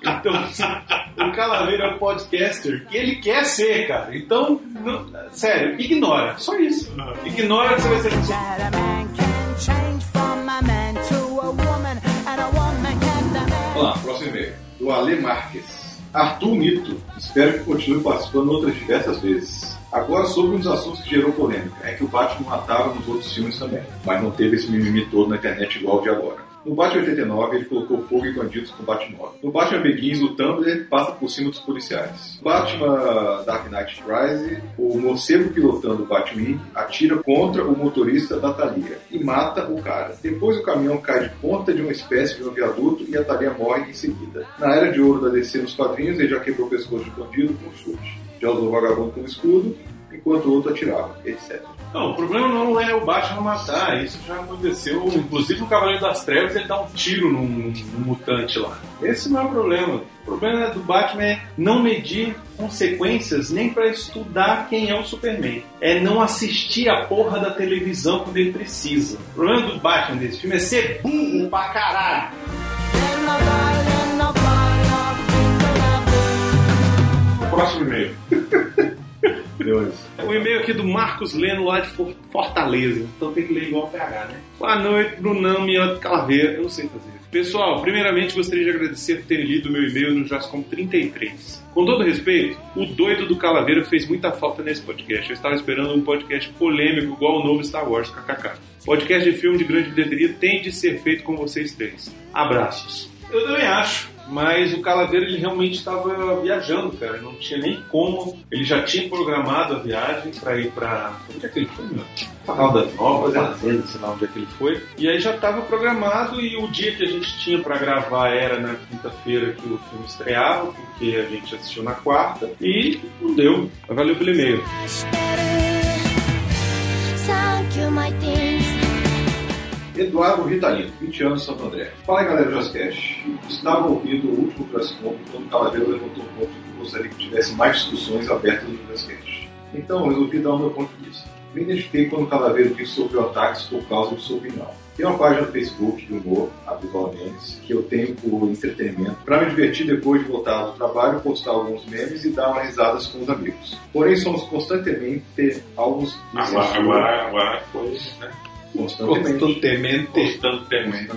Então, assim, o Calaveira é o podcaster que ele quer ser, cara. Então, não- sério, ignora. Só isso. Ignora que você vai ser. um That a man can change from a man to a woman, and a woman can a man. Vamos lá, próximo e-mail. Do Ale Marques. Arthur Nito, espero que continue participando outras diversas vezes. Agora sobre um dos assuntos que gerou polêmica, é que o Batman matava nos outros filmes também, mas não teve esse mimimi todo na internet igual o de agora. No Batman 89, ele colocou fogo em bandidos com o Batmóvel. No Batman Begins, o Tumblr passa por cima dos policiais. No Batman Dark Knight Rise, o morcego pilotando o Batwing atira contra o motorista da Thalia e mata o cara. Depois o caminhão cai de ponta de uma espécie de um viaduto e a Thalia morre em seguida. Na era de ouro da DC nos quadrinhos, ele já quebrou o pescoço de bandido com um chute. Já usou o vagabundo como escudo, enquanto o outro atirava, etc. Não, o problema não é o Batman matar, isso já aconteceu. Inclusive o Cavaleiro das Trevas ele dá um tiro num, num mutante lá. Esse não é o problema. O problema do Batman é não medir consequências nem pra estudar quem é o Superman. É não assistir a porra da televisão quando ele precisa. O problema do Batman desse filme é ser burro pra caralho. Then a violin, a violin, a Próximo e-mail. Deus. O e-mail aqui do Marcos Leno, lá de For- Fortaleza. Então tem que ler igual o PH, né? Boa noite, Brunão, Minhoca Calaveira. Eu não sei fazer. Pessoal, primeiramente gostaria de agradecer por terem lido meu e-mail no Jascom 33. Com todo respeito, o doido do Calaveira fez muita falta nesse podcast. Eu estava esperando um podcast polêmico igual o novo Star Wars, kkk. Podcast de filme de grande bilheteria tem de ser feito com vocês três. Abraços. Eu também acho. Mas o Calaveira ele realmente estava viajando, cara. Não tinha nem como. Ele já tinha programado a viagem para ir para onde é que ele foi, meu? Canal das Novas, Tá. Fazenda, sei lá onde é que ele foi. E aí já estava programado e o dia que a gente tinha para gravar era na quinta-feira que o filme estreava, porque a gente assistiu na quarta e não deu. Mas Valeu pelo e-mail. Thank you, my things. Eduardo Ritalino, 20 anos, Santo André. Fala aí, galera do Jazzcast. Estava ouvindo o último Jurassic World quando o Calaveira levantou um ponto que gostaria que tivesse mais discussões abertas no Jazzcast. Então, resolvi dar o meu ponto de vista. Me identifiquei quando o Calaveira disse sobre ataques por causa de sua opinião. Tem uma página no Facebook de humor, Abdul Memes, que eu tenho por entretenimento, para me divertir depois de voltar do trabalho, postar alguns memes e dar umas risadas com os amigos. Porém, somos constantemente alvos de Agora, censura. agora, agora foi, né? Constantemente. Constantemente.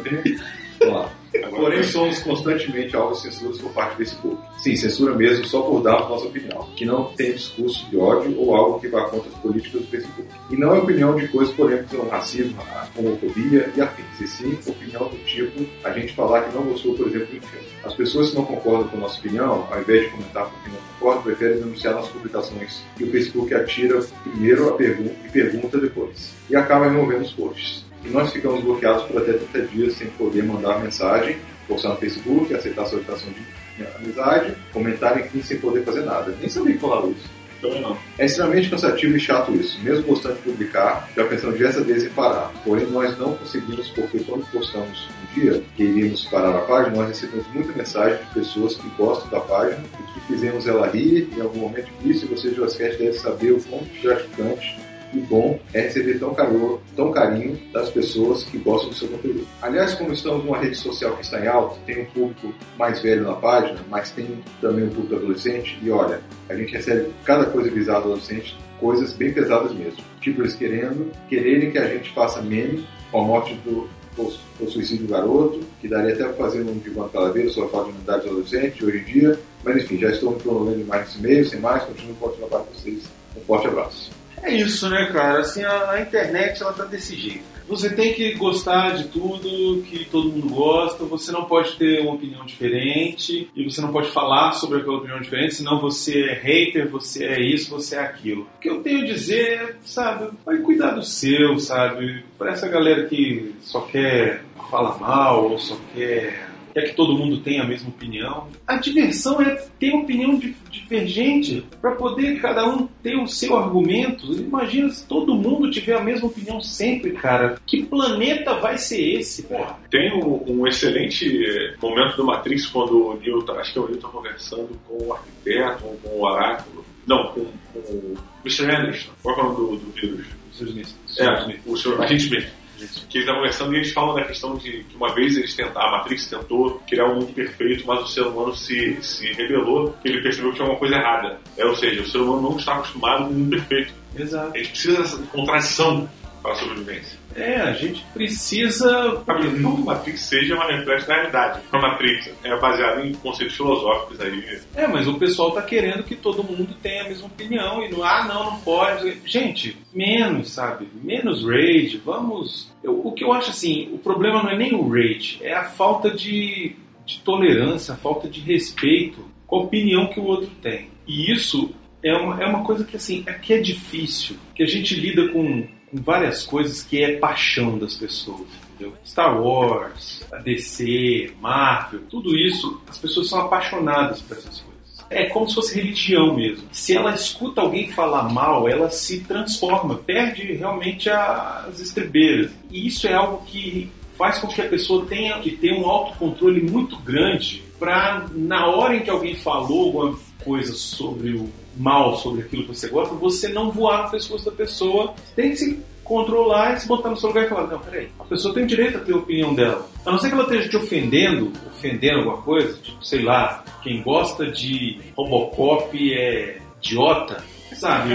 Vamos lá. Porém, somos constantemente alvo de censuras por parte do Facebook. Sim, censura mesmo, só por dar a nossa opinião, que não tem discurso de ódio ou algo que vá contra as políticas do Facebook. E não é opinião de coisas polêmicas como racismo, a homofobia e afins, e sim opinião do tipo a gente falar que não gostou, por exemplo, de um filme. As pessoas que não concordam com a nossa opinião, ao invés de comentar porque não concordam, preferem denunciar nossas publicações e o Facebook atira primeiro a pergunta e pergunta depois, e acaba removendo os posts e nós ficamos bloqueados por até 30 dias sem poder mandar mensagem, postar no Facebook, aceitar a solicitação de amizade, comentar, enfim, sem poder fazer nada. Nem sabia que falava isso. Também Então, não. É extremamente cansativo e chato isso. Mesmo gostando de publicar, já pensamos diversas vezes em parar. Porém, nós não conseguimos porque quando postamos um dia que iríamos parar a página, nós recebemos muita mensagem de pessoas que gostam da página e que fizemos ela rir em algum momento difícil. E vocês do Ascast devem saber o quão gratificante e bom é receber tão, calor, tão carinho das pessoas que gostam do seu conteúdo. Aliás, como estamos numa rede social que está em alta, tem um público mais velho na página, mas tem também um público adolescente, e olha, a gente recebe cada coisa bizarra do adolescente, coisas bem pesadas mesmo. Tipo, eles querendo, quererem que a gente faça meme com a morte do ou ou suicídio do garoto, que daria até pra fazer um de uma calaveira, só fala de unidade de adolescente hoje em dia, mas enfim, já estou me prolongando demais nesse meio, sem mais, continuo forte trabalho com vocês, um forte abraço. É isso, né, cara? Assim, a, a internet ela tá desse jeito. Você tem que gostar de tudo que todo mundo gosta, você não pode ter uma opinião diferente e você não pode falar sobre aquela opinião diferente, senão você é hater, você é isso, você é aquilo. O que eu tenho a dizer, sabe, vai cuidar do seu, sabe? Pra essa galera que só quer falar mal ou só quer quer que todo mundo tenha a mesma opinião. A diversão é ter opinião di- divergente para poder cada um ter o seu argumento. Imagina se todo mundo tiver a mesma opinião sempre, cara. Que planeta vai ser esse, cara? Tem um, um excelente eh, momento do Matrix quando o Neo tá, acho que é o Neo tá conversando com o arquiteto, ou com o oráculo. Não, com, com o Mr. Anderson. Qual é o nome do, do vírus? É, o senhor Agente Smith. Que eles estavam conversando e eles falam da questão de que uma vez eles tentaram, a Matrix tentou criar um mundo perfeito, mas o ser humano se, se rebelou, que ele percebeu que tinha alguma coisa errada. É, ou seja, o ser humano não está acostumado com o mundo perfeito. Exato. A gente precisa dessa contradição para a sobrevivência. É, a gente precisa. A previsão do Matrix seja uma reflexo da realidade. A Matrix é baseada em conceitos filosóficos aí. É, mas o pessoal tá querendo que todo mundo tenha a mesma opinião e não, ah, não, não pode. Gente, menos, sabe? Menos rage, vamos. Eu- o que eu acho assim, o problema não é nem o rage, é a falta de, de tolerância, a falta de respeito com a opinião que o outro tem. E isso é uma, é uma coisa que assim, é que é difícil, que a gente lida com, com várias coisas que é paixão das pessoas. entendeu? Star Wars, a DC, Marvel, tudo isso, as pessoas são apaixonadas por essas coisas. É como se fosse religião mesmo. Se ela escuta alguém falar mal, ela se transforma, perde realmente a- as estribeiras. E isso é algo que faz com que a pessoa tenha que ter um autocontrole muito grande para na hora em que alguém falou alguma coisa sobre o mal, sobre aquilo que você gosta, você não voar no pescoço da pessoa. Tem que se controlar e se botar no seu lugar e falar, não, peraí, a pessoa tem o direito a ter a opinião dela. A não ser que ela esteja te ofendendo, ofendendo alguma coisa, tipo, sei lá, quem gosta de Robocop é idiota, sabe?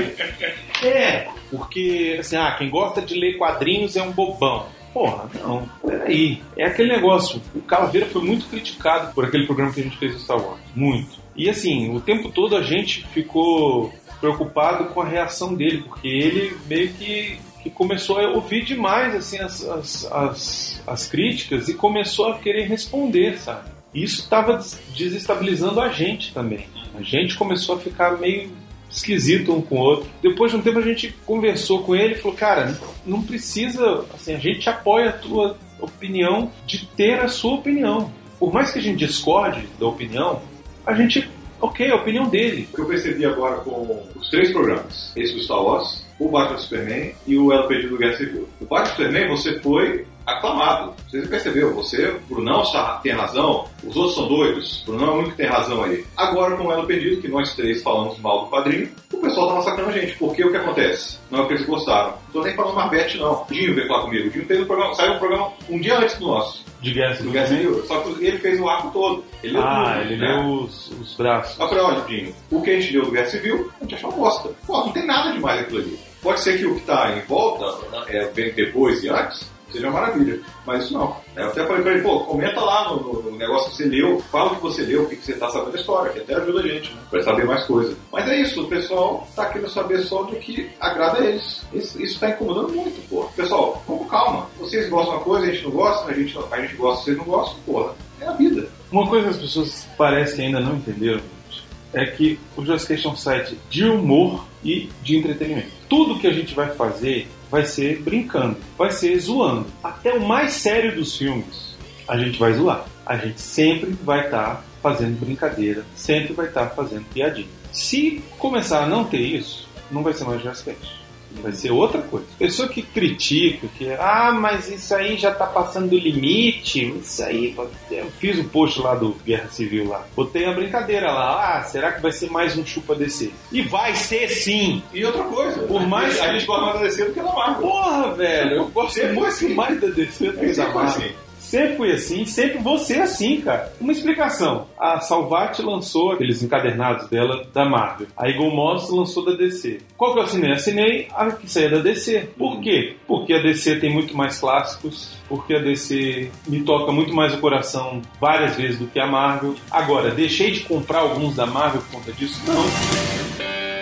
É, porque assim, ah, quem gosta de ler quadrinhos é um bobão. Porra, não, peraí. É aquele negócio. O Calaveira foi muito criticado por aquele programa que a gente fez do Star Wars. Muito. E assim, o tempo todo a gente ficou preocupado com a reação dele, porque ele meio que, que começou a ouvir demais assim, as, as, as, as críticas e começou a querer responder, sabe? Isso estava desestabilizando a gente também. A gente começou a ficar meio esquisito um com o outro. Depois de um tempo a gente conversou com ele e falou, cara, não precisa, assim, a gente apoia a tua opinião de ter a sua opinião. Por mais que a gente discorde da opinião, a gente, ok, a opinião dele. O que eu percebi agora com os três programas, esse do Star Wars, o Batman Superman e o LP do Guerra Civil. O Batman Superman você foi aclamado. Você percebeu, você, Brunão tem razão, os outros são doidos, Brunão é o único que tem razão aí. Agora, com o Elo Perdido, que nós três falamos mal do quadrinho, o pessoal tava sacando a gente, porque o que acontece? Não é o que eles gostaram. Não tô nem falando Marbete, não. O Dinho veio falar comigo, o Dinho fez o programa, saiu um programa um dia antes do nosso. De Guerra Do Guerra Civil. Só que ele fez o arco todo. Ele leu Uhum. Ah, tudo, ele né? deu os, os braços. Eu falei, olha, Dinho, o que a gente deu do Guerra Civil, a gente achou uma bosta. Pô, não tem nada demais aquilo ali. Pode ser que o que está em volta, é, bem depois e antes, seja uma maravilha. Mas isso não. Eu até falei pra ele, pô, comenta lá no, no- no negócio que você leu, fala o que você leu, o que que você tá sabendo da história, que até ajuda a gente, né? Pra saber mais coisa. Mas é isso, o pessoal tá querendo saber só do que agrada a eles. Isso, isso tá incomodando muito, pô. Pessoal, vamos com calma. Vocês gostam de uma coisa, a gente não gosta, a gente, a gente gosta, vocês não gostam, porra. É a vida. Uma coisa que as pessoas parecem ainda não entenderam gente, é que o Just Cast é um site de humor e de entretenimento. Tudo que a gente vai fazer vai ser brincando, vai ser zoando. Até o mais sério dos filmes, a gente vai zoar. A gente sempre vai estar fazendo brincadeira, sempre vai estar fazendo piadinha. Se começar a não ter isso, não vai ser mais Just Cast. Vai ser outra coisa. Pessoa que critica, que ah, mas isso aí já tá passando do limite, isso aí. Eu fiz o post lá do Guerra Civil lá. Botei a brincadeira lá. Ah, será que vai ser mais um chupa DC? E vai ser sim! E outra coisa, Por mais- a gente gosta mais da DC do que da Marvel. Porra, velho, eu gosto Sempre foi assim. mais da DC do que da Sempre foi Marvel. assim. Sempre fui assim, sempre você assim, cara. Uma explicação. A Salvati lançou aqueles encadernados dela da Marvel. A Eagle Moss lançou da DC. Qual que eu assinei? Assinei a que saía da DC. Por quê? Porque a DC tem muito mais clássicos, porque a DC me toca muito mais o coração várias vezes do que a Marvel. Agora, deixei de comprar alguns da Marvel por conta disso? Não.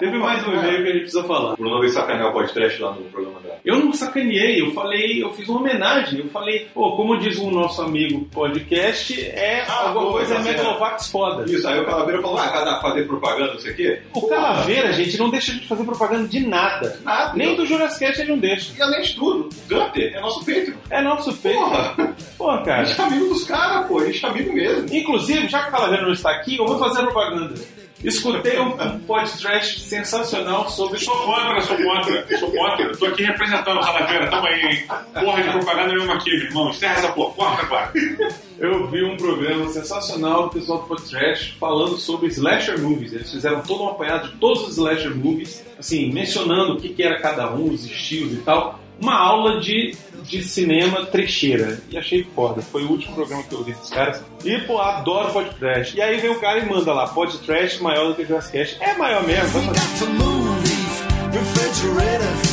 Teve mais um e-mail que a gente precisa falar. O Bruno veio sacanear o podcast lá no programa da. Eu não sacaneei, eu falei, eu fiz uma homenagem. Eu falei, pô, como diz o nosso amigo podcast, é Ah, alguma boa, coisa tá certo. Megalovax foda. Isso, aí o Calaveira falou, ah, cada fazer propaganda, não sei o quê. O Calaveira, gente, não deixa de fazer propaganda de nada. Nada. Nem do Jurassic ele não deixa. E além de tudo, o Gunter é nosso Patreon. É nosso peito. Porra, Pô, a cara. gente é amigo dos caras, pô, a gente é amigo mesmo. Inclusive, já que o Calaveira não está aqui, eu vou fazer a propaganda. Escutei um um podcast sensacional sobre. Sou contra, sou contra, sou contra. Tô aqui representando o Calaveira, tamo aí, hein? Porra de propaganda mesmo aqui, meu irmão. Encerra essa porra, corta agora. Eu vi um programa sensacional do pessoal do Podcast falando sobre slasher movies. Eles fizeram todo um apanhado de todos os slasher movies, assim, mencionando o que, que era cada um, os estilos e tal. Uma aula de, de cinema trecheira. E achei foda. Foi o último programa que eu vi dos caras. E, pô, adoro podcast. E aí vem o cara e manda lá, podcast maior do que o Jurassic Cast. É maior mesmo. We Vamos fazer. got some movies, refrigerators.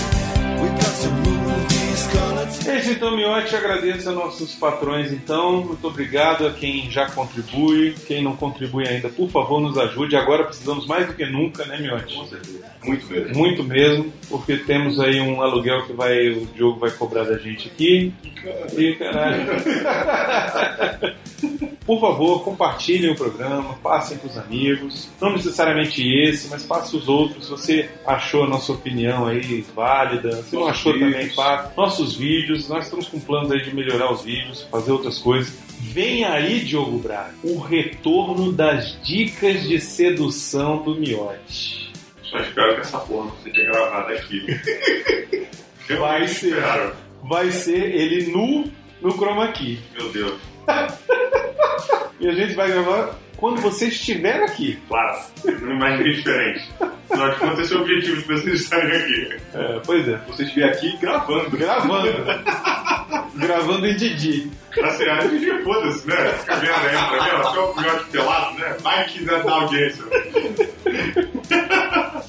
We got some movies, gonna take. É isso então, Miotti. Agradeço a nossos patrões, então. Muito obrigado a quem já contribui. Quem não contribui ainda, por favor, nos ajude. Agora precisamos mais do que nunca, né, Miotti? Com certeza. Muito mesmo. Muito mesmo, porque temos aí um aluguel que vai, o Diogo vai cobrar da gente aqui. E caralho. Por favor, compartilhem o programa, passem para os amigos. Não necessariamente esse, mas passe os outros. Se você achou a nossa opinião aí válida, se não Nossos achou vídeos. também, passa. Nossos vídeos, nós estamos com planos aí de melhorar os vídeos, fazer outras coisas. Vem aí, Diogo Braga, o retorno das dicas de sedução do Miote. Só espero que essa porra não seja gravada aqui. Eu Vai nem ser. espero. vai ser ele nu no chroma key. Meu Deus. E a gente vai gravar quando você estiver aqui. Claro, eu não imaginei diferente. Só que aconteceu o objetivo de vocês estarem aqui. É, pois é. Você estiver aqui gravando. Gravando. Gravando em Didi. Pra ser a gente, foda-se, né? Fica vendo aí, tá vendo? Até o pior de pelado, né? Vai que dá dá audiência.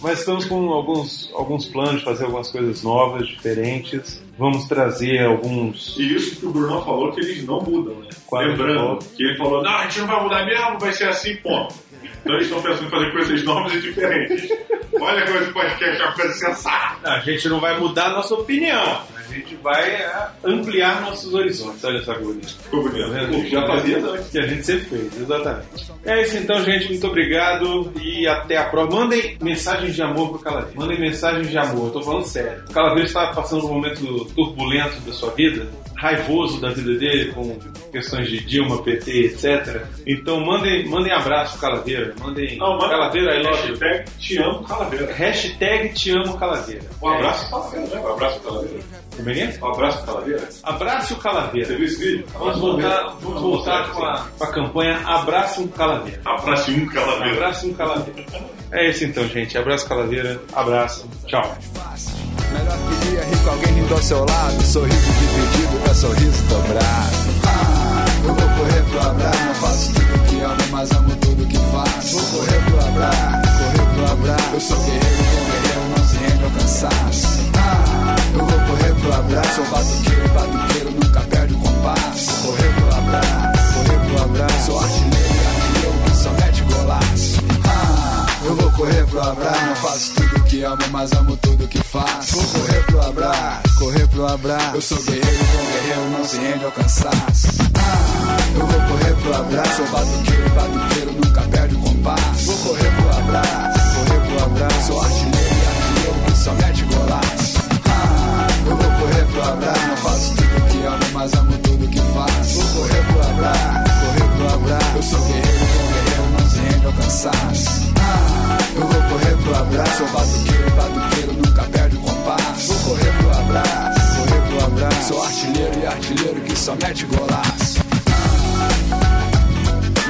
Mas estamos com alguns, alguns planos de fazer algumas coisas novas, diferentes. Vamos trazer alguns. E isso que o Bruno falou que eles não mudam, né? Quadro de Lembrando volta. que ele falou, não, a gente não vai mudar mesmo, vai ser assim, ponto. Então eles estão pensando em fazer coisas novas e diferentes. Olha como esse podcast é uma coisa sensata. A gente não vai mudar a nossa opinião. A gente A gente vai é, ampliar nossos horizontes. Olha só que bonito. Ficou bonito. Pô, já fazia antes. Que a gente sempre fez, exatamente. É isso então, gente. Muito obrigado e até a próxima. Mandem mensagens de amor pro Calaveiro. Mandem mensagens de amor. Eu tô falando sério. O Calaveiro estava passando um momento turbulento da sua vida, raivoso da vida dele, com questões de Dilma, PT, etc. Então mandem, mandem abraço pro Calaveiro. Mandem Não, manda Calaveiro aí, hashtag te amo Calaveira. Hashtag te amo Calaveira. Um abraço pro Calaveira, né? Um abraço pro Calaveira. Como é que é? Um abraço pro Calaveira. Abraço o Você Calaveiro. viu esse vídeo? Vamos voltar, vamos voltar com, a, com a campanha Abraça um Calaveiro. Abraço um Calaveira. Abraça um Calaveiro. É isso então, gente. Abraço Calaveira. Abraço. Tchau. Melhor que dia rir com alguém rindo ao seu lado. Sorriso dividido é sorriso dobrado. Ah, eu vou correr pro abraço. Não faço tudo que amo, mas amo tudo que faço. Vou correr pro abraço, correr pro abraço. Eu sou guerreiro, quem guerreiro não se rende ao cansaço. Ah, eu vou correr pro abraço. Sou batuqueiro, batuqueiro nunca perde o compasso. Vou correr pro abraço, correr pro abraço. Sou artilheiro, artilheiro que só mete golaço. Ah, eu vou correr pro abraço. Não faço tudo que amo, mas amo tudo que faço. Vou correr pro abraço, correr pro abraço. Eu sou guerreiro, bom guerreiro, não se rende ao cansaço. Ah, eu vou correr pro abraço. um Sou batuqueiro, batuqueiro, nunca perde o compasso. Vou correr pro abraço, correr pro abraço. Sou artilheiro, artilheiro que só mete golaço. Ah, eu vou correr pro abraço. Não faço tudo que amo, mas amo tudo que faço. Vou correr pro abraço, correr pro abraço. Eu sou guerreiro, bom guerreiro, não se rende ao cansaço. Ah, eu vou correr pro abraço. Sou batuqueiro, batuqueiro, nunca perde o compasso. Vou correr pro abraço, correr pro abraço. Sou artilheiro e artilheiro que só mete golaço. Ah,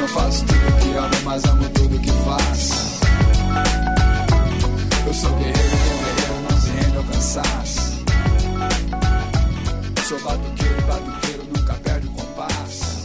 não faço tudo que amo, mas amo tudo que faço. Eu sou guerreiro, bom guerreiro, não se rende ao cansaço. Sou batuqueiro, batuqueiro, nunca perde o compasso.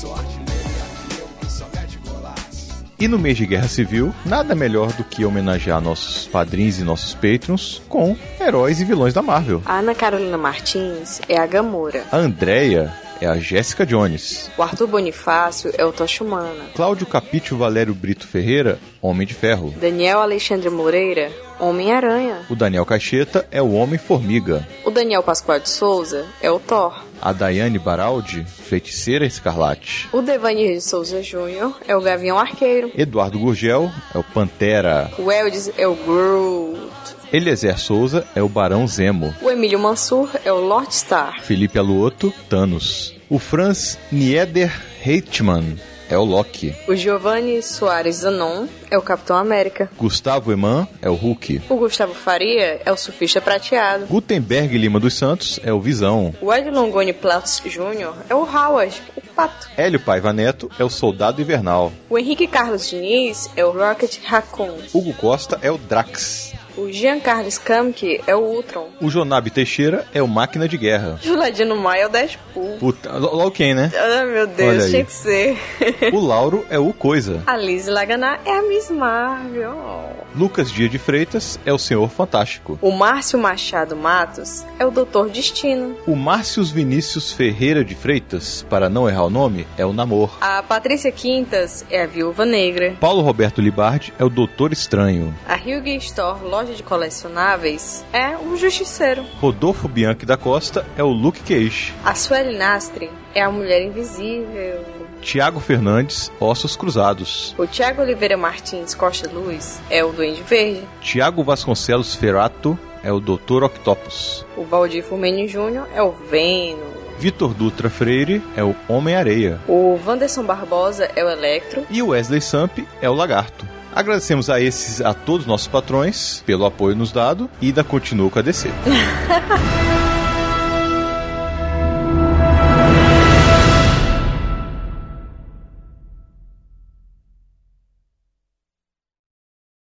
Sou artilheiro, artilheiro que só mete golaço. E no mês de Guerra Civil, nada melhor do que homenagear nossos padrinhos e nossos patrons com heróis e vilões da Marvel. A Ana Carolina Martins é a Gamora. A Andrea é a Jéssica Jones. O Arthur Bonifácio é o Tocha Humana. Cláudio Capítio Valério Brito Ferreira, Homem de Ferro. Daniel Alexandre Moreira, Homem-Aranha. O Daniel Caixeta é o Homem-Formiga. O Daniel Pascoal de Souza é o Thor. A Daiane Baraldi, Feiticeira Escarlate. O Devanir de Souza Júnior é o Gavião Arqueiro. Eduardo Gurgel é o Pantera. O Eldis é o Groot. Eliezer Souza é o Barão Zemo. O Emílio Mansur é o Lord Star. Felipe Aluoto, Thanos. O Franz Nieder Reitman é o Loki. O Giovanni Soares Zanon é o Capitão América. Gustavo Eman é o Hulk. O Gustavo Faria é o surfista prateado. Gutenberg Lima dos Santos é o Visão. O Ed Longoni Platts Jr. é o Howard, o Pato. Hélio Paiva Neto é o Soldado Invernal. O Henrique Carlos Diniz é o Rocket Raccoon. Hugo Costa é o Drax. O Giancarlo Scampi é o Ultron. O Jonabe Teixeira é o Máquina de Guerra. Juladino Maia é o Deadpool. Puta, lo- logo quem, né? Ah, meu Olha Deus, aí. tinha que ser. O Lauro é o Coisa. A Liz Laganá é a Miss Marvel. Lucas Dia de Freitas é o Senhor Fantástico. O Márcio Machado Matos é o Doutor Destino. O Márcios Vinícius Ferreira de Freitas, para não errar o nome, é o Namor. A Patrícia Quintas é a Viúva Negra. Paulo Roberto Libardi é o Doutor Estranho. A Hugo Store, loja de colecionáveis, é o Justiceiro. Rodolfo Bianchi da Costa é o Luke Cage. A Sueli Nastre é a Mulher Invisível. Tiago Fernandes, Ossos Cruzados. O Tiago Oliveira Martins Costa Luz é o Duende Verde. Tiago Vasconcelos Ferrato é o Doutor Octopus. O Valdir Fumênio Júnior é o Veno. Vitor Dutra Freire é o Homem-Areia. O Wanderson Barbosa é o Electro. E o Wesley Samp é o Lagarto. Agradecemos a esses, a todos os nossos patrões, pelo apoio nos dado e da Continua com a DC.